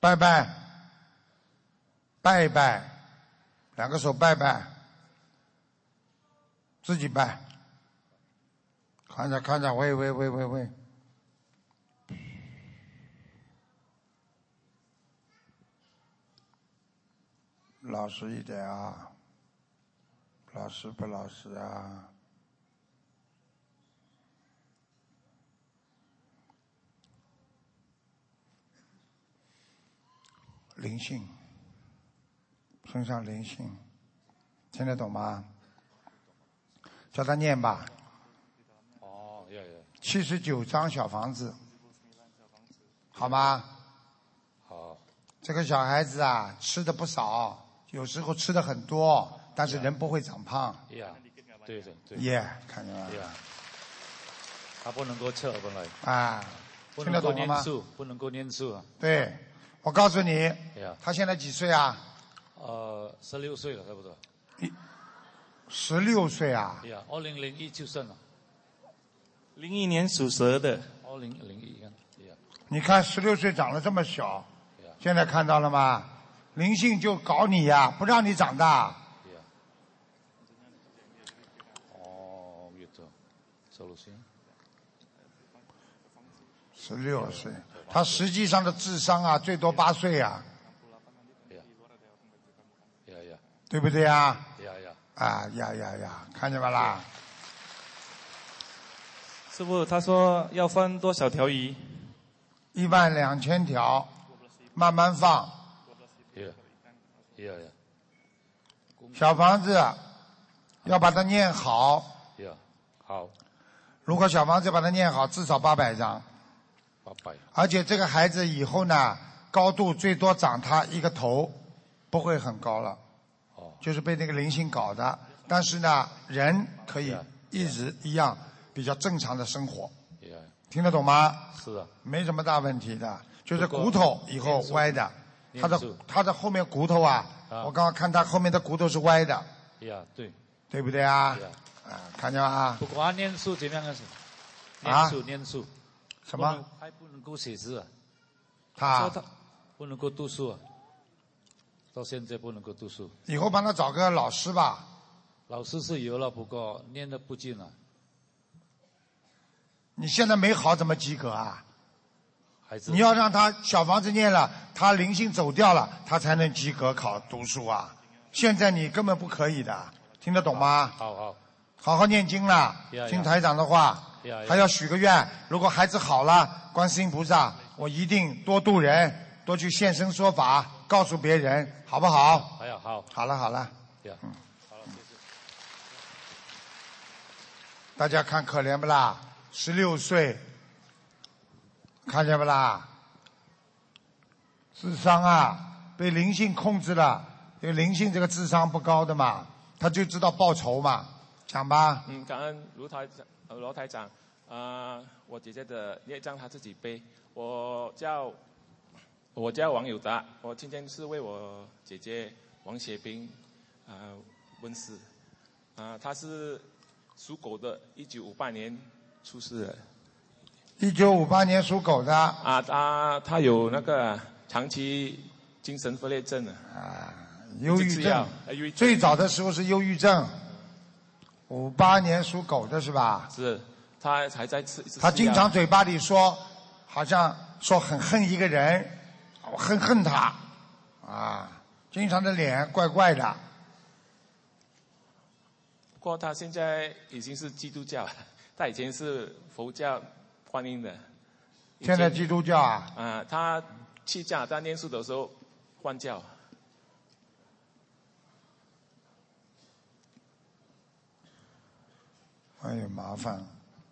[SPEAKER 2] 拜拜，拜拜，两个手拜拜，自己拜。看着看着，喂喂喂喂喂，老实一点啊，老实不老实啊？灵性，身上灵性，听得懂吗？叫他念吧，
[SPEAKER 15] 哦，要要，
[SPEAKER 2] 七十九张小房子，好吗？
[SPEAKER 15] 好，
[SPEAKER 2] 这个小孩子啊，吃的不少，有时候吃的很多，但是人不会长胖。
[SPEAKER 15] 呀，对的对的，
[SPEAKER 2] 耶，看见吗？
[SPEAKER 15] 呀，他不能够测本来，
[SPEAKER 2] 啊，
[SPEAKER 15] 不
[SPEAKER 2] 听
[SPEAKER 15] 能
[SPEAKER 2] 得
[SPEAKER 15] 够
[SPEAKER 2] 懂了
[SPEAKER 15] 念
[SPEAKER 2] 吗？
[SPEAKER 15] 数，不能够念数啊，
[SPEAKER 2] 对，我告诉你，
[SPEAKER 15] 呀，
[SPEAKER 2] 他现在几岁啊？
[SPEAKER 15] 呃，十六岁了差不多，
[SPEAKER 2] 十六岁啊，
[SPEAKER 15] 呀，二零零一出生了，啊
[SPEAKER 3] 零一年属蛇的，
[SPEAKER 15] 二零零一啊，呀，
[SPEAKER 2] 你看十六岁长得这么小
[SPEAKER 15] 呀，
[SPEAKER 2] 现在看到了吗？灵性就搞你呀、不让你长大。
[SPEAKER 15] 哦，有的，十六岁，
[SPEAKER 2] 十六岁，他实际上的智商啊，最多八岁啊，
[SPEAKER 15] 呀呀
[SPEAKER 2] 对不对啊？
[SPEAKER 15] 呀呀，
[SPEAKER 2] 啊呀呀呀，看见吧啦？
[SPEAKER 3] 师傅他说要放多少条鱼？
[SPEAKER 2] 一万两千条，慢慢放。
[SPEAKER 15] 呀呀呀
[SPEAKER 2] 小房子啊要把它念好，
[SPEAKER 15] 呀，好，
[SPEAKER 2] 如果小房子把它念好，至少八百张。
[SPEAKER 15] 八百，
[SPEAKER 2] 而且这个孩子以后呢，高度最多长他一个头，不会很高了。
[SPEAKER 15] 哦，
[SPEAKER 2] 就是被那个灵性搞的，但是呢，人可
[SPEAKER 15] 啊
[SPEAKER 2] 以一直一样比较正常的生活，
[SPEAKER 15] 呀，
[SPEAKER 2] 听得懂吗？
[SPEAKER 15] 是啊，
[SPEAKER 2] 没什么大问题的，就是
[SPEAKER 15] 不过
[SPEAKER 2] 骨头以后
[SPEAKER 15] 念书
[SPEAKER 2] 歪的，
[SPEAKER 15] 念
[SPEAKER 2] 他的
[SPEAKER 15] 书
[SPEAKER 2] 他的后面骨头啊，
[SPEAKER 15] 啊
[SPEAKER 2] 我刚刚看他后面的骨头是歪的，
[SPEAKER 15] 呀对，
[SPEAKER 2] 对不对啊？
[SPEAKER 15] 呀，
[SPEAKER 2] 啊，看见吗？
[SPEAKER 15] 不管念书怎么样啊，念
[SPEAKER 2] 啊
[SPEAKER 15] 书念书，
[SPEAKER 2] 什么
[SPEAKER 15] 不能还不能够写字啊，
[SPEAKER 2] 他
[SPEAKER 15] 不能够读书啊，到现在不能够读书，
[SPEAKER 2] 以后帮他找个老师吧，
[SPEAKER 15] 老师是有了，不过念的不进啊，
[SPEAKER 2] 你现在没好怎么及格啊？
[SPEAKER 15] 孩子，
[SPEAKER 2] 你要让他小房子念了，他灵性走掉了，他才能及格考读书啊。现在你根本不可以的，听得懂吗？
[SPEAKER 15] 好好，
[SPEAKER 2] 好好念经啦
[SPEAKER 15] 呀哎呀，
[SPEAKER 2] 听台长的话
[SPEAKER 15] 呀呀，
[SPEAKER 2] 还要许个愿。如果孩子好了，观世音菩萨，我一定多度人，多去现身说法，告诉别人，好不好？
[SPEAKER 15] 哎呀，好，
[SPEAKER 2] 好了好了，
[SPEAKER 15] 呀，啊好了，谢谢。
[SPEAKER 2] 大家看可怜不啦？十六岁，看见不啦？智商啊，被灵性控制了。因为灵性这个智商不高的嘛，他就知道报仇嘛。讲吧，
[SPEAKER 16] 嗯，感恩卢台长，呃，罗台长，啊、我姐姐的业障她自己背，我叫我叫王友达，我今天是为我姐姐王雪冰啊、问世，啊、她是属狗的，一九五八年出世的，
[SPEAKER 2] 一九五八年属狗的，
[SPEAKER 16] 啊、她她有那个长期精神分裂症啊，
[SPEAKER 2] 忧郁
[SPEAKER 16] 一直吃
[SPEAKER 2] 症
[SPEAKER 16] 药呃忧郁，症
[SPEAKER 2] 最早的时候是忧郁症。五八年属狗的是吧？
[SPEAKER 16] 是，她还在吃，一直吃
[SPEAKER 2] 他经
[SPEAKER 16] 药
[SPEAKER 2] 常嘴巴里说，好像说很恨一个人，我很恨他，啊，经常的脸怪怪的，
[SPEAKER 16] 不过他现在已经是基督教了， [LAUGHS] 他以前是佛教观音的。
[SPEAKER 2] 现在
[SPEAKER 16] 已经
[SPEAKER 2] 基督教啊，
[SPEAKER 16] 啊、他去加拿大念书的时候换教，
[SPEAKER 2] 哎呀麻烦了。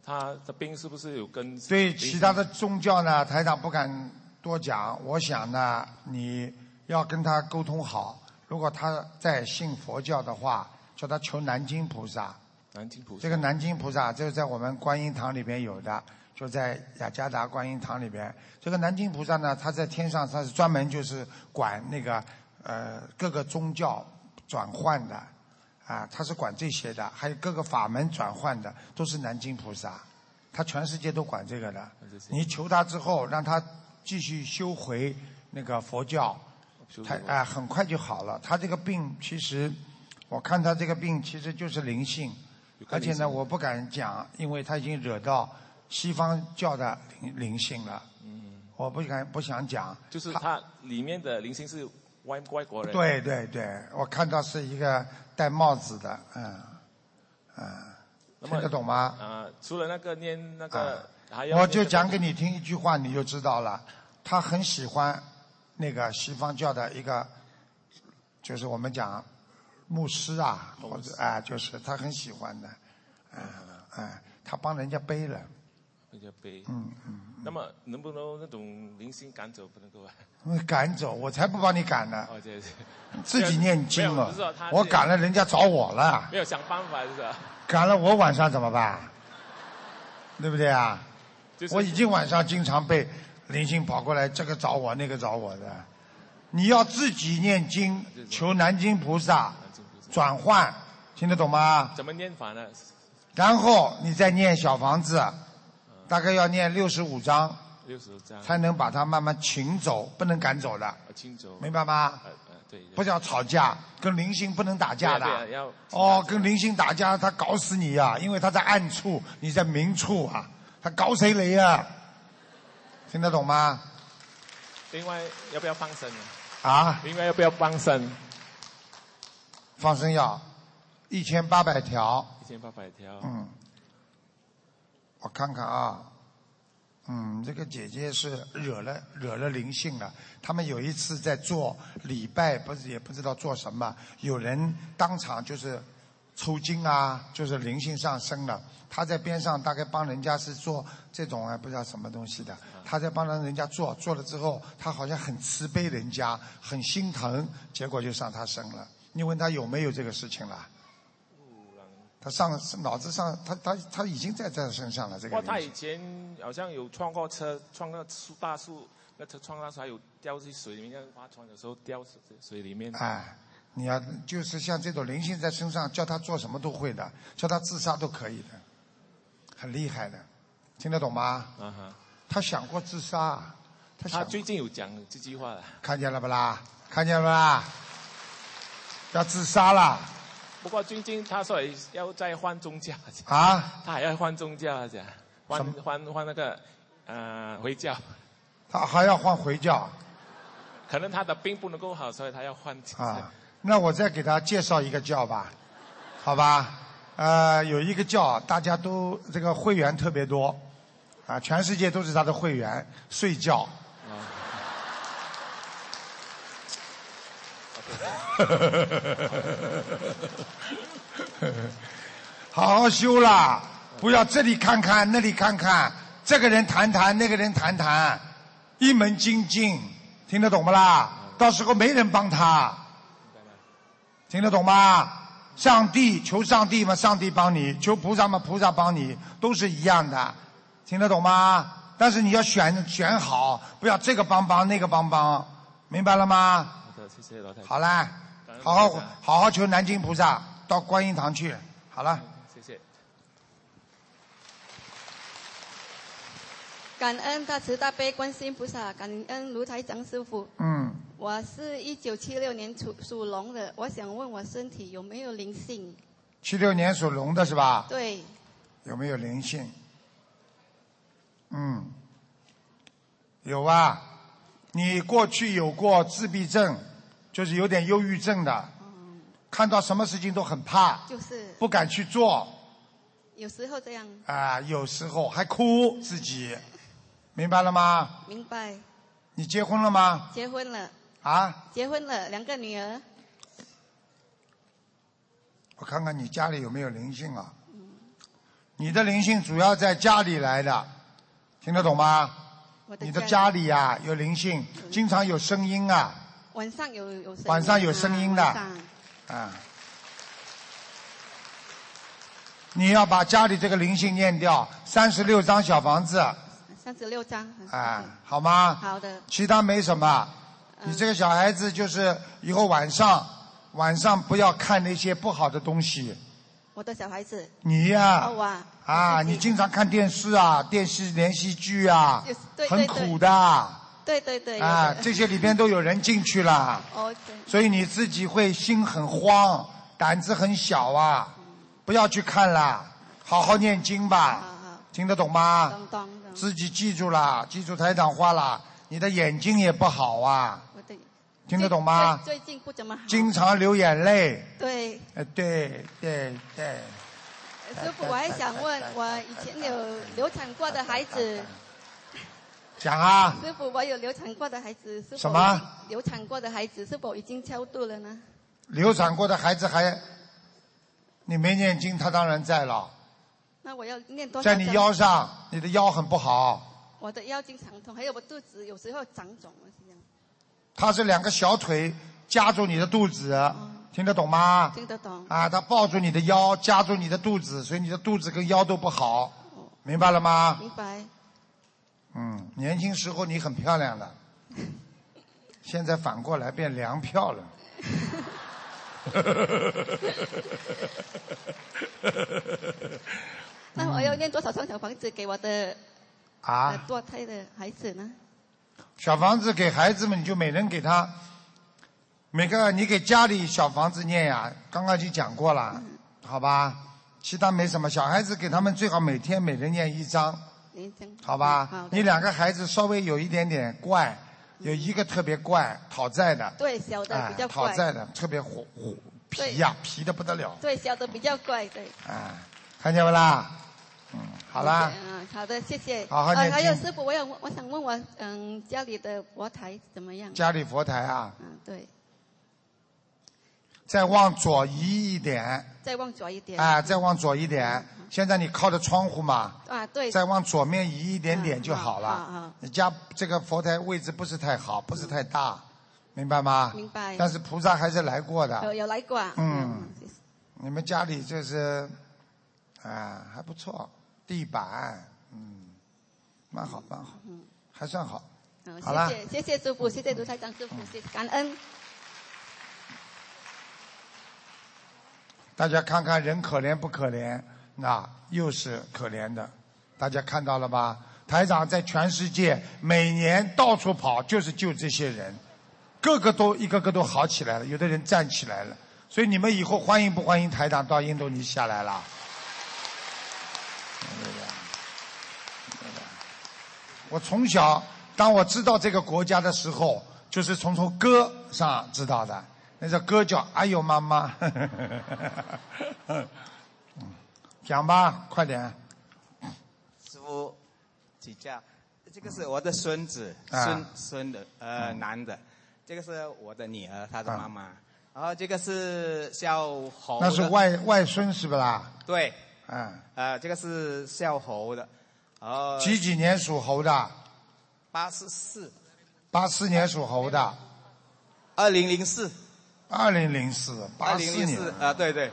[SPEAKER 16] 他的病是不是有跟
[SPEAKER 2] 对其他的宗教呢，台长不敢多讲。我想呢，你要跟他沟通好。如果他在信佛教的话，叫他求南京菩萨。
[SPEAKER 16] 南京菩萨？
[SPEAKER 2] 这个南京菩萨，这个在我们观音堂里边有的，就在雅加达观音堂里边。这个南京菩萨呢，他在天上，他是专门就是管那个呃各个宗教转换的，啊，他是管这些的，还有各个法门转换的，都是南京菩萨，他全世界都管这个的。你求他之后，让他继续修回那个佛教，他啊、很快就好了。他这个病其实，我看他这个病其实就是灵性，
[SPEAKER 16] 跟
[SPEAKER 2] 而且
[SPEAKER 16] 灵
[SPEAKER 2] 呢，
[SPEAKER 16] 性
[SPEAKER 2] 我不敢讲，因为他已经惹到西方教的灵灵性了，
[SPEAKER 16] 嗯，
[SPEAKER 2] 我不敢不想讲。
[SPEAKER 16] 就是他里面的灵性是外外国人。
[SPEAKER 2] 对对对，我看到是一个戴帽子的，嗯嗯，
[SPEAKER 16] 那么
[SPEAKER 2] 听得懂吗？
[SPEAKER 16] 啊、除了那个念那个，还啊要
[SPEAKER 2] 我
[SPEAKER 16] 念
[SPEAKER 2] 就
[SPEAKER 16] 那个
[SPEAKER 2] 讲给你听一句话，你就知道了。他很喜欢那个西方教的一个，就是我们讲牧师啊，或者啊、就是他很喜欢的，啊、啊、他帮人家背了，
[SPEAKER 16] 那个杯。
[SPEAKER 2] 嗯
[SPEAKER 16] 那么能不能那种灵性赶走？不能够啊。 [LAUGHS]
[SPEAKER 2] 嗯，赶走，我才不帮你赶呢，
[SPEAKER 16] 哦，对对。
[SPEAKER 2] 你自己念经
[SPEAKER 16] 没有
[SPEAKER 2] 了
[SPEAKER 16] 我知道他，
[SPEAKER 2] 我赶了人家找我了，啊
[SPEAKER 16] 没有想办法是吧？
[SPEAKER 2] 赶了我晚上怎么办？对不对啊？
[SPEAKER 16] 就是
[SPEAKER 2] 我已经晚上经常被灵性跑过来，这个找我，那个找我的。你要自己念
[SPEAKER 16] 啊
[SPEAKER 2] 经，求南京菩萨转换，听得懂吗？
[SPEAKER 16] 怎么念法呢？
[SPEAKER 2] 然后你再念小房子，大概要念六十五章，
[SPEAKER 16] 嗯六十张。
[SPEAKER 2] 才能把它慢慢请走，不能赶走的，
[SPEAKER 16] 呃清走。
[SPEAKER 2] 明白吗？
[SPEAKER 16] 呃呃，对。对
[SPEAKER 2] 不叫吵架，跟灵性不能打架的
[SPEAKER 16] 对啊对啊要。
[SPEAKER 2] 哦，跟灵性打架，他搞死你呀、因为他在暗处，你在明处啊，他搞谁雷啊？听得懂吗？
[SPEAKER 16] 另外要不要放生啊？
[SPEAKER 2] 啊？
[SPEAKER 16] 另外要不要放生？
[SPEAKER 2] 放生药，一千八百条，
[SPEAKER 16] 一千八百条。
[SPEAKER 2] 嗯，我看看啊，嗯，这个姐姐是惹了惹了灵性了。他们有一次在做礼拜，不是也不知道做什么，有人当场就是抽筋啊，就是灵性上升了。他在边上大概帮人家是做这种啊，不知道什么东西的。
[SPEAKER 16] 嗯
[SPEAKER 2] 他在帮人家做，做了之后，他好像很慈悲人家，很心疼，结果就上他身了。你问他有没有这个事情了？他上脑子上，他他他已经在在身上了。这
[SPEAKER 16] 不
[SPEAKER 2] 个
[SPEAKER 16] 过
[SPEAKER 2] 灵性。
[SPEAKER 16] 他以前好像有撞过车，撞那树大树，那车撞到树还有掉进水里面，像划船的时候掉水水里面。
[SPEAKER 2] 哎，你要就是像这种灵性在身上，叫他做什么都会的，叫他自杀都可以的，很厉害的，听得懂吗？
[SPEAKER 16] 啊哈，
[SPEAKER 2] 他想过自杀，他
[SPEAKER 16] 他
[SPEAKER 2] 想
[SPEAKER 16] 最近有讲这句话了，
[SPEAKER 2] 看见了不啦？看见了不啦？要自杀了
[SPEAKER 16] 不过最近他说要再换宗教，
[SPEAKER 2] 啊！
[SPEAKER 16] 他还要换宗教这样。换换换那个呃回教，
[SPEAKER 2] 他还要换回教
[SPEAKER 16] 可能他的病不能够好，所以他要换。
[SPEAKER 2] 啊？那我再给他介绍一个教吧，好吧？呃，有一个教大家都这个会员特别多，啊，全世界都是他的会员，睡觉。
[SPEAKER 16] 啊
[SPEAKER 2] [LAUGHS] [LAUGHS] 好好修啦，不要这里看看那里看看，这个人谈谈那个人谈谈，一门精进，听得懂不啦？到时候没人帮他，听得懂吗？上帝求上帝嘛，上帝帮你；求菩萨嘛，菩萨帮你，都是一样的，听得懂吗？但是你要选选好，不要这个帮帮那个帮帮，明白了吗？
[SPEAKER 16] 好的，谢谢罗台长。
[SPEAKER 2] 好啦
[SPEAKER 16] 感，恩
[SPEAKER 2] 好好
[SPEAKER 16] 菩萨
[SPEAKER 2] 好好求南京菩萨到观音堂去。好了，
[SPEAKER 16] 谢谢。
[SPEAKER 17] 感恩大慈大悲观世音菩萨，感恩卢台长师傅。
[SPEAKER 2] 嗯，
[SPEAKER 17] 我是一九七六年属属龙的，我想问我身体有没有灵性？
[SPEAKER 2] 七六年属龙的是吧？
[SPEAKER 17] 对，
[SPEAKER 2] 有没有灵性？嗯，有啊。你过去有过自闭症，就是有点忧郁症的，看到什么事情都很怕，
[SPEAKER 17] 就是
[SPEAKER 2] 不敢去做
[SPEAKER 17] 有时候这样。
[SPEAKER 2] 啊、有时候还哭自己，明白了吗？
[SPEAKER 17] 明白。
[SPEAKER 2] 你结婚了吗？
[SPEAKER 17] 结婚了，
[SPEAKER 2] 啊，
[SPEAKER 17] 结婚了，两个女儿。
[SPEAKER 2] 我看看你家里有没有灵性啊？你的灵性主要在家里来的，听得懂吗？
[SPEAKER 17] 我的
[SPEAKER 2] 你的家里呀、有灵性，经常有声音啊，
[SPEAKER 17] 晚上有有声音
[SPEAKER 2] 晚上有声音的
[SPEAKER 17] 啊晚上
[SPEAKER 2] 啊。你要把家里这个灵性念掉，三十六张小房子
[SPEAKER 17] 三十六张。
[SPEAKER 2] 啊，好吗？
[SPEAKER 17] 好的，嗯
[SPEAKER 2] 其他没什么。你这个小孩子就是以后晚上晚上不要看那些不好的东西。
[SPEAKER 17] 我的小孩子。
[SPEAKER 2] 你呀、
[SPEAKER 17] 哦哇，
[SPEAKER 2] 啊，你经常看电视啊，电视连续剧啊
[SPEAKER 17] 就是，对
[SPEAKER 2] 很
[SPEAKER 17] 对对
[SPEAKER 2] 苦的啊，
[SPEAKER 17] 对对对。有的哦
[SPEAKER 2] 这些里边都有人进
[SPEAKER 17] [LAUGHS]
[SPEAKER 2] 去了，
[SPEAKER 17] OK，
[SPEAKER 2] 所以你自己会心很慌，胆子很小啊，
[SPEAKER 17] 嗯
[SPEAKER 2] 不要去看啦，好好念经吧，听得懂吗？
[SPEAKER 17] 啊当当的，
[SPEAKER 2] 自己记住啦，记住台长话啦，你的眼睛也不好啊，
[SPEAKER 17] 我的。
[SPEAKER 2] 听得懂吗？
[SPEAKER 17] 最最近不怎么好。
[SPEAKER 2] 经常流眼泪，
[SPEAKER 17] 对，
[SPEAKER 2] 呃，对对对，
[SPEAKER 17] [LAUGHS] 师傅，我还想问，我以前有流产过的孩子，
[SPEAKER 2] 讲啊，
[SPEAKER 17] 师傅，我有流产过的孩子，是否
[SPEAKER 2] 什么
[SPEAKER 17] 流产过的孩子是否已经超度了呢？
[SPEAKER 2] 流产过的孩子还，你没念经，他当然在了，
[SPEAKER 17] 那我要念多少？
[SPEAKER 2] 在你腰。上，你的腰很不好，
[SPEAKER 17] 我的腰经常痛，还有我肚子有时候长肿，是这样。
[SPEAKER 2] 他是两个小腿夹住你的肚子，
[SPEAKER 17] 嗯
[SPEAKER 2] 听得懂吗？
[SPEAKER 17] 听得懂？
[SPEAKER 2] 啊，他抱住你的腰，夹住你的肚子，所以你的肚子跟腰都不好，明白了吗？
[SPEAKER 17] 明白。
[SPEAKER 2] 嗯，年轻时候你很漂亮的，现在反过来变凉漂亮。
[SPEAKER 17] [LAUGHS] 那我要念多少张小房子给我的呃
[SPEAKER 2] 嗯啊，
[SPEAKER 17] 堕胎的孩子呢？
[SPEAKER 2] 小房子给孩子们，你就每人给他每个你给家里小房子念呀，刚刚已经讲过了，好吧？其他没什么，小孩子给他们最好每天每人念一张，
[SPEAKER 17] 您真
[SPEAKER 2] 好吧？
[SPEAKER 17] 嗯好的
[SPEAKER 2] 你两个孩子稍微有一点点怪，有一个特别怪，讨债的，
[SPEAKER 17] 对小的
[SPEAKER 2] 哎
[SPEAKER 17] 比较
[SPEAKER 2] 讨
[SPEAKER 17] 怪，
[SPEAKER 2] 债的特别火火
[SPEAKER 17] 对
[SPEAKER 2] 皮呀、皮的不得了，
[SPEAKER 17] 对小的比较怪，对。
[SPEAKER 2] 啊，看见不啦？嗯，好啦。
[SPEAKER 17] 嗯，好的，谢谢。
[SPEAKER 2] 好好
[SPEAKER 17] 呃
[SPEAKER 2] 念
[SPEAKER 17] 还有
[SPEAKER 2] 经
[SPEAKER 17] 师傅，我想问我想问我，嗯，家里的佛台怎么样？
[SPEAKER 2] 家里佛台啊，
[SPEAKER 17] 嗯，对，
[SPEAKER 2] 再往左移一点，
[SPEAKER 17] 再往左一点。
[SPEAKER 2] 啊，再往左一点。现在你靠着窗户嘛，
[SPEAKER 17] 啊，对。
[SPEAKER 2] 再往左面移一点点就好
[SPEAKER 17] 嗯好好
[SPEAKER 2] 了
[SPEAKER 17] 好。
[SPEAKER 2] 你家这个佛台位置不是太好，不是太大，明白吗？
[SPEAKER 17] 明白
[SPEAKER 2] 但是菩萨还是来过
[SPEAKER 17] 有
[SPEAKER 2] 的。
[SPEAKER 17] 有来过啊？
[SPEAKER 2] 嗯，你们家里就是，啊，还不错，地板，嗯，蛮好蛮好，
[SPEAKER 17] 嗯，
[SPEAKER 2] 还算好。
[SPEAKER 17] 嗯，
[SPEAKER 2] 好啦
[SPEAKER 17] 好，谢谢谢谢师傅，谢谢卢台长师傅，谢谢感恩。
[SPEAKER 2] 大家看看人可怜不可怜？那又是可怜的，大家看到了吧？台长在全世界每年到处跑，就是救这些人，个个都一个个都好起来了，有的人站起来了。所以你们以后欢迎不欢迎台长到印度尼西亚来啦？我从小当我知道这个国家的时候，就是从从歌上知道的。那首歌叫《哎呦妈妈》， [LAUGHS] 嗯讲吧，快点。
[SPEAKER 18] 师傅请教，这个是我的孙子，
[SPEAKER 2] 啊
[SPEAKER 18] 孙孙的呃、
[SPEAKER 2] 嗯
[SPEAKER 18] 男的，这个是我的女儿，她的妈妈，然后这个是小猴的，
[SPEAKER 2] 啊那是外外孙是不啦？
[SPEAKER 18] 对，
[SPEAKER 2] 嗯，
[SPEAKER 18] 呃，这个是小猴的，然后
[SPEAKER 2] 几几年属猴的？
[SPEAKER 18] 八十四，
[SPEAKER 2] 八四年属猴的。
[SPEAKER 18] 二零零四。
[SPEAKER 2] 二零零四，
[SPEAKER 18] 二
[SPEAKER 2] 八
[SPEAKER 18] 零
[SPEAKER 2] 四
[SPEAKER 18] 零
[SPEAKER 2] 年。
[SPEAKER 18] 四，呃，对对，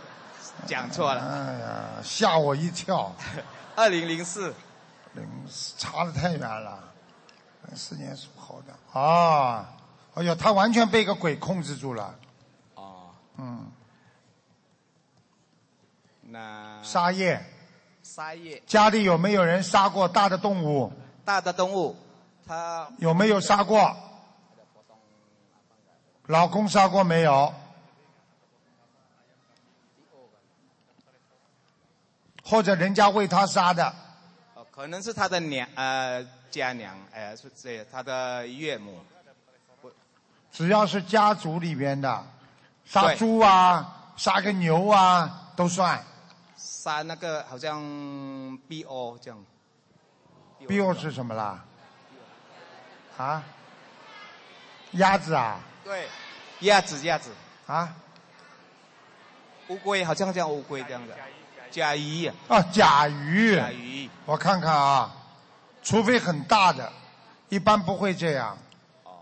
[SPEAKER 18] 讲错了，
[SPEAKER 2] 哎呀，吓我一跳， [LAUGHS]
[SPEAKER 18] 二零零四，
[SPEAKER 2] 零四差的太远了，零四年属猴的啊，哎呦，他完全被一个鬼控制住了，
[SPEAKER 18] 哦，
[SPEAKER 2] 嗯，
[SPEAKER 18] 那
[SPEAKER 2] 沙叶，
[SPEAKER 18] 沙叶
[SPEAKER 2] 家里有没有人杀过大的动物？
[SPEAKER 18] 大的动物，它
[SPEAKER 2] 有没有杀过？老公杀过没有？或者人家为他杀的？
[SPEAKER 18] 呃可能是他的娘呃家娘，呃是这他的岳母，
[SPEAKER 2] 只要是家族里边的，杀
[SPEAKER 18] 对
[SPEAKER 2] 猪啊，杀个牛啊，都算。
[SPEAKER 18] 杀那个好像 BO 这样，
[SPEAKER 2] B O 是什么啦？啊？鸭子啊？
[SPEAKER 18] 对，鸭子鸭子，
[SPEAKER 2] 啊？
[SPEAKER 18] 乌龟好像叫乌龟这样的，甲鱼啊，
[SPEAKER 2] 啊，甲鱼。
[SPEAKER 18] 甲鱼。
[SPEAKER 2] 我看看啊，除非很大的，一般不会这样。
[SPEAKER 18] 哦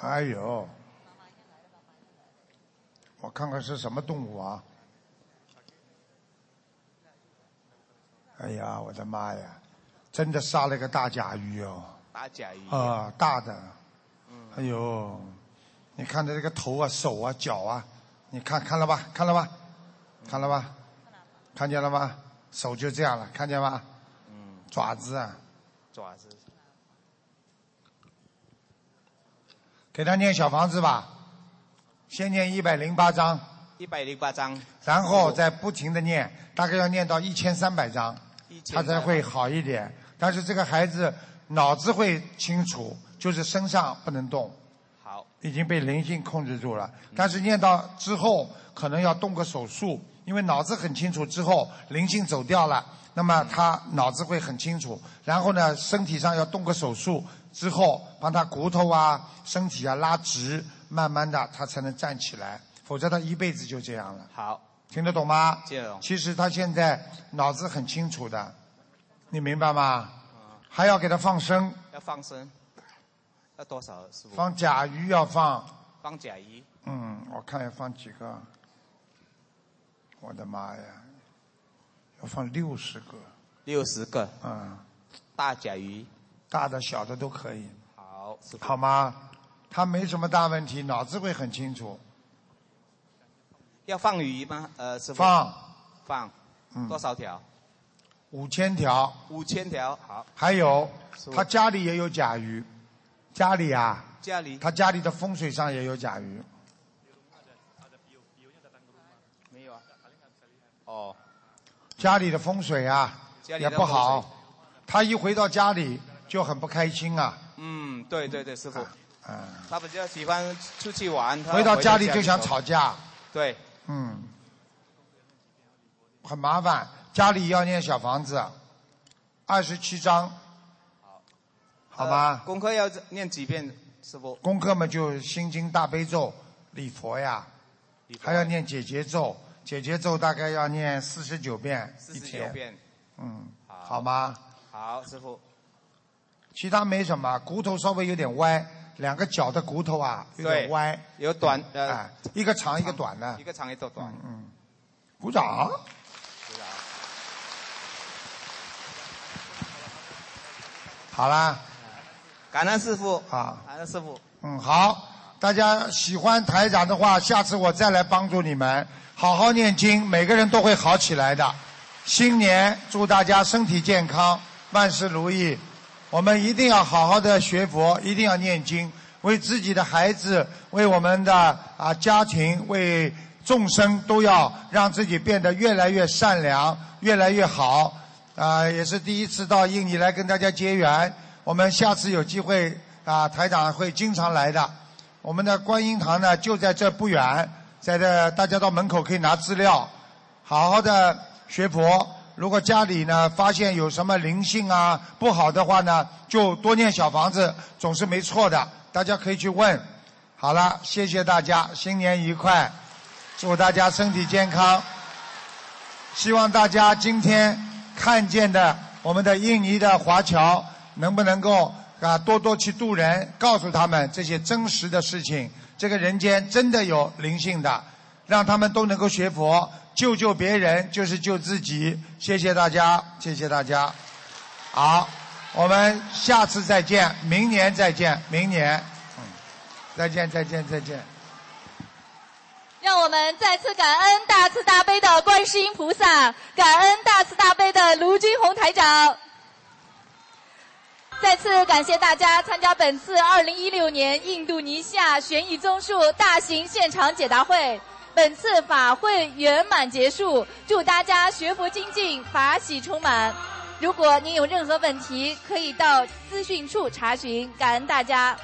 [SPEAKER 2] 哎呦，我看看是什么动物啊？哎呀，我的妈呀！真的杀了个大甲鱼哦，
[SPEAKER 18] 大甲鱼
[SPEAKER 2] 啊，大的，哎呦，你看它这个头啊、手啊、脚啊，你看看了吧，看了吧，看了吧，看见了吗？手就这样了，看见吗？爪子啊，
[SPEAKER 18] 爪子，
[SPEAKER 2] 给他念小房子吧，先念一百零八章，
[SPEAKER 18] 一百零八章，
[SPEAKER 2] 然后再不停的念，大概要念到一千三百章，他才会好一点。但是这个孩子脑子会清楚，就是身上不能动，
[SPEAKER 18] 好，
[SPEAKER 2] 已经被灵性控制住了。但是念到之后，可能要动个手术，因为脑子很清楚之后，灵性走掉了，那么他脑子会很清楚。然后呢，身体上要动个手术之后，帮他骨头啊、身体啊拉直，慢慢的他才能站起来，否则他一辈子就这样了。
[SPEAKER 18] 好，
[SPEAKER 2] 听得懂吗？
[SPEAKER 18] 听
[SPEAKER 16] 哦
[SPEAKER 18] 得懂
[SPEAKER 2] 其实他现在脑子很清楚的，你明白吗？还要给他放生，
[SPEAKER 18] 要放生，要多少师傅？
[SPEAKER 2] 放甲鱼要放。
[SPEAKER 18] 放甲鱼，
[SPEAKER 2] 嗯，我看要放几个？我的妈呀，要放六十个。
[SPEAKER 18] 六十个。
[SPEAKER 2] 嗯，
[SPEAKER 18] 大甲鱼。
[SPEAKER 2] 大的、小的都可以。
[SPEAKER 18] 好，师傅
[SPEAKER 2] 好？吗？他没什么大问题，脑子会很清楚。
[SPEAKER 18] 要放鱼吗？呃，师傅。
[SPEAKER 2] 放
[SPEAKER 18] 放，
[SPEAKER 2] 嗯
[SPEAKER 18] 多少条？
[SPEAKER 2] 五千条，
[SPEAKER 18] 五千条。好，
[SPEAKER 2] 还有
[SPEAKER 18] 是
[SPEAKER 2] 他家里也有甲鱼，家里啊，
[SPEAKER 18] 家里
[SPEAKER 2] 他家里的风水上也有甲鱼。
[SPEAKER 18] 没有啊？哦，
[SPEAKER 2] 家里的风水啊
[SPEAKER 18] 家里
[SPEAKER 2] 也
[SPEAKER 18] 的
[SPEAKER 2] 不好
[SPEAKER 18] 风，
[SPEAKER 2] 他一回到家里就很不开心啊，
[SPEAKER 18] 嗯，对对对，师傅，
[SPEAKER 2] 嗯，
[SPEAKER 18] 他比较喜欢出去玩，他
[SPEAKER 2] 回到家里
[SPEAKER 18] 回
[SPEAKER 2] 就想吵架，
[SPEAKER 18] 对，
[SPEAKER 2] 嗯，很麻烦。家里要念小房子，啊二十七章，好
[SPEAKER 18] 呃
[SPEAKER 2] 吧？
[SPEAKER 18] 功课要念几遍，师傅？
[SPEAKER 2] 功课嘛就心经大悲咒、礼佛呀，还要念解结咒，解结咒大概要念四十九遍
[SPEAKER 18] 四
[SPEAKER 2] 一
[SPEAKER 18] 十九
[SPEAKER 2] 天，
[SPEAKER 18] 遍。
[SPEAKER 2] 嗯，好吗？
[SPEAKER 18] 好，师傅，
[SPEAKER 2] 其他没什么，骨头稍微有点歪，两个脚的骨头啊有点
[SPEAKER 18] 对
[SPEAKER 2] 歪，
[SPEAKER 18] 有短呃
[SPEAKER 2] 哎，一个长一个短的
[SPEAKER 18] 一，个长一个短，
[SPEAKER 2] 啊嗯，鼓掌。
[SPEAKER 18] 知道
[SPEAKER 2] 好啦，
[SPEAKER 18] 感恩师傅，
[SPEAKER 2] 啊，
[SPEAKER 18] 感恩师傅，
[SPEAKER 2] 嗯，好，大家喜欢台长的话，下次我再来帮助你们，好好念经，每个人都会好起来的。新年祝大家身体健康，万事如意。我们一定要好好的学佛，一定要念经，为自己的孩子，为我们的啊家庭，为众生，都要让自己变得越来越善良，越来越好。啊、也是第一次到印尼来跟大家结缘。我们下次有机会啊、台长会经常来的。我们的观音堂呢就在这不远，在这大家到门口可以拿资料，好好的学佛。如果家里呢发现有什么灵性啊不好的话呢，就多念小房子，总是没错的。大家可以去问。好了，谢谢大家，新年愉快，祝大家身体健康。希望大家今天看见的我们的印尼的华侨，能不能够啊多多去度人，告诉他们这些真实的事情，这个人间真的有灵性的，让他们都能够学佛，救救别人就是救自己。谢谢大家，谢谢大家。好，我们下次再见，明年再见，明年，嗯，再见，再见，再见。
[SPEAKER 1] 让我们再次感恩大慈大悲的观世音菩萨，感恩大慈大悲的卢军红台长。再次感谢大家参加本次2016年印度尼西亚悬疑综述大型现场解答会。本次法会圆满结束，祝大家学佛精进，法喜充满。如果您有任何问题，可以到资讯处查询。感恩大家。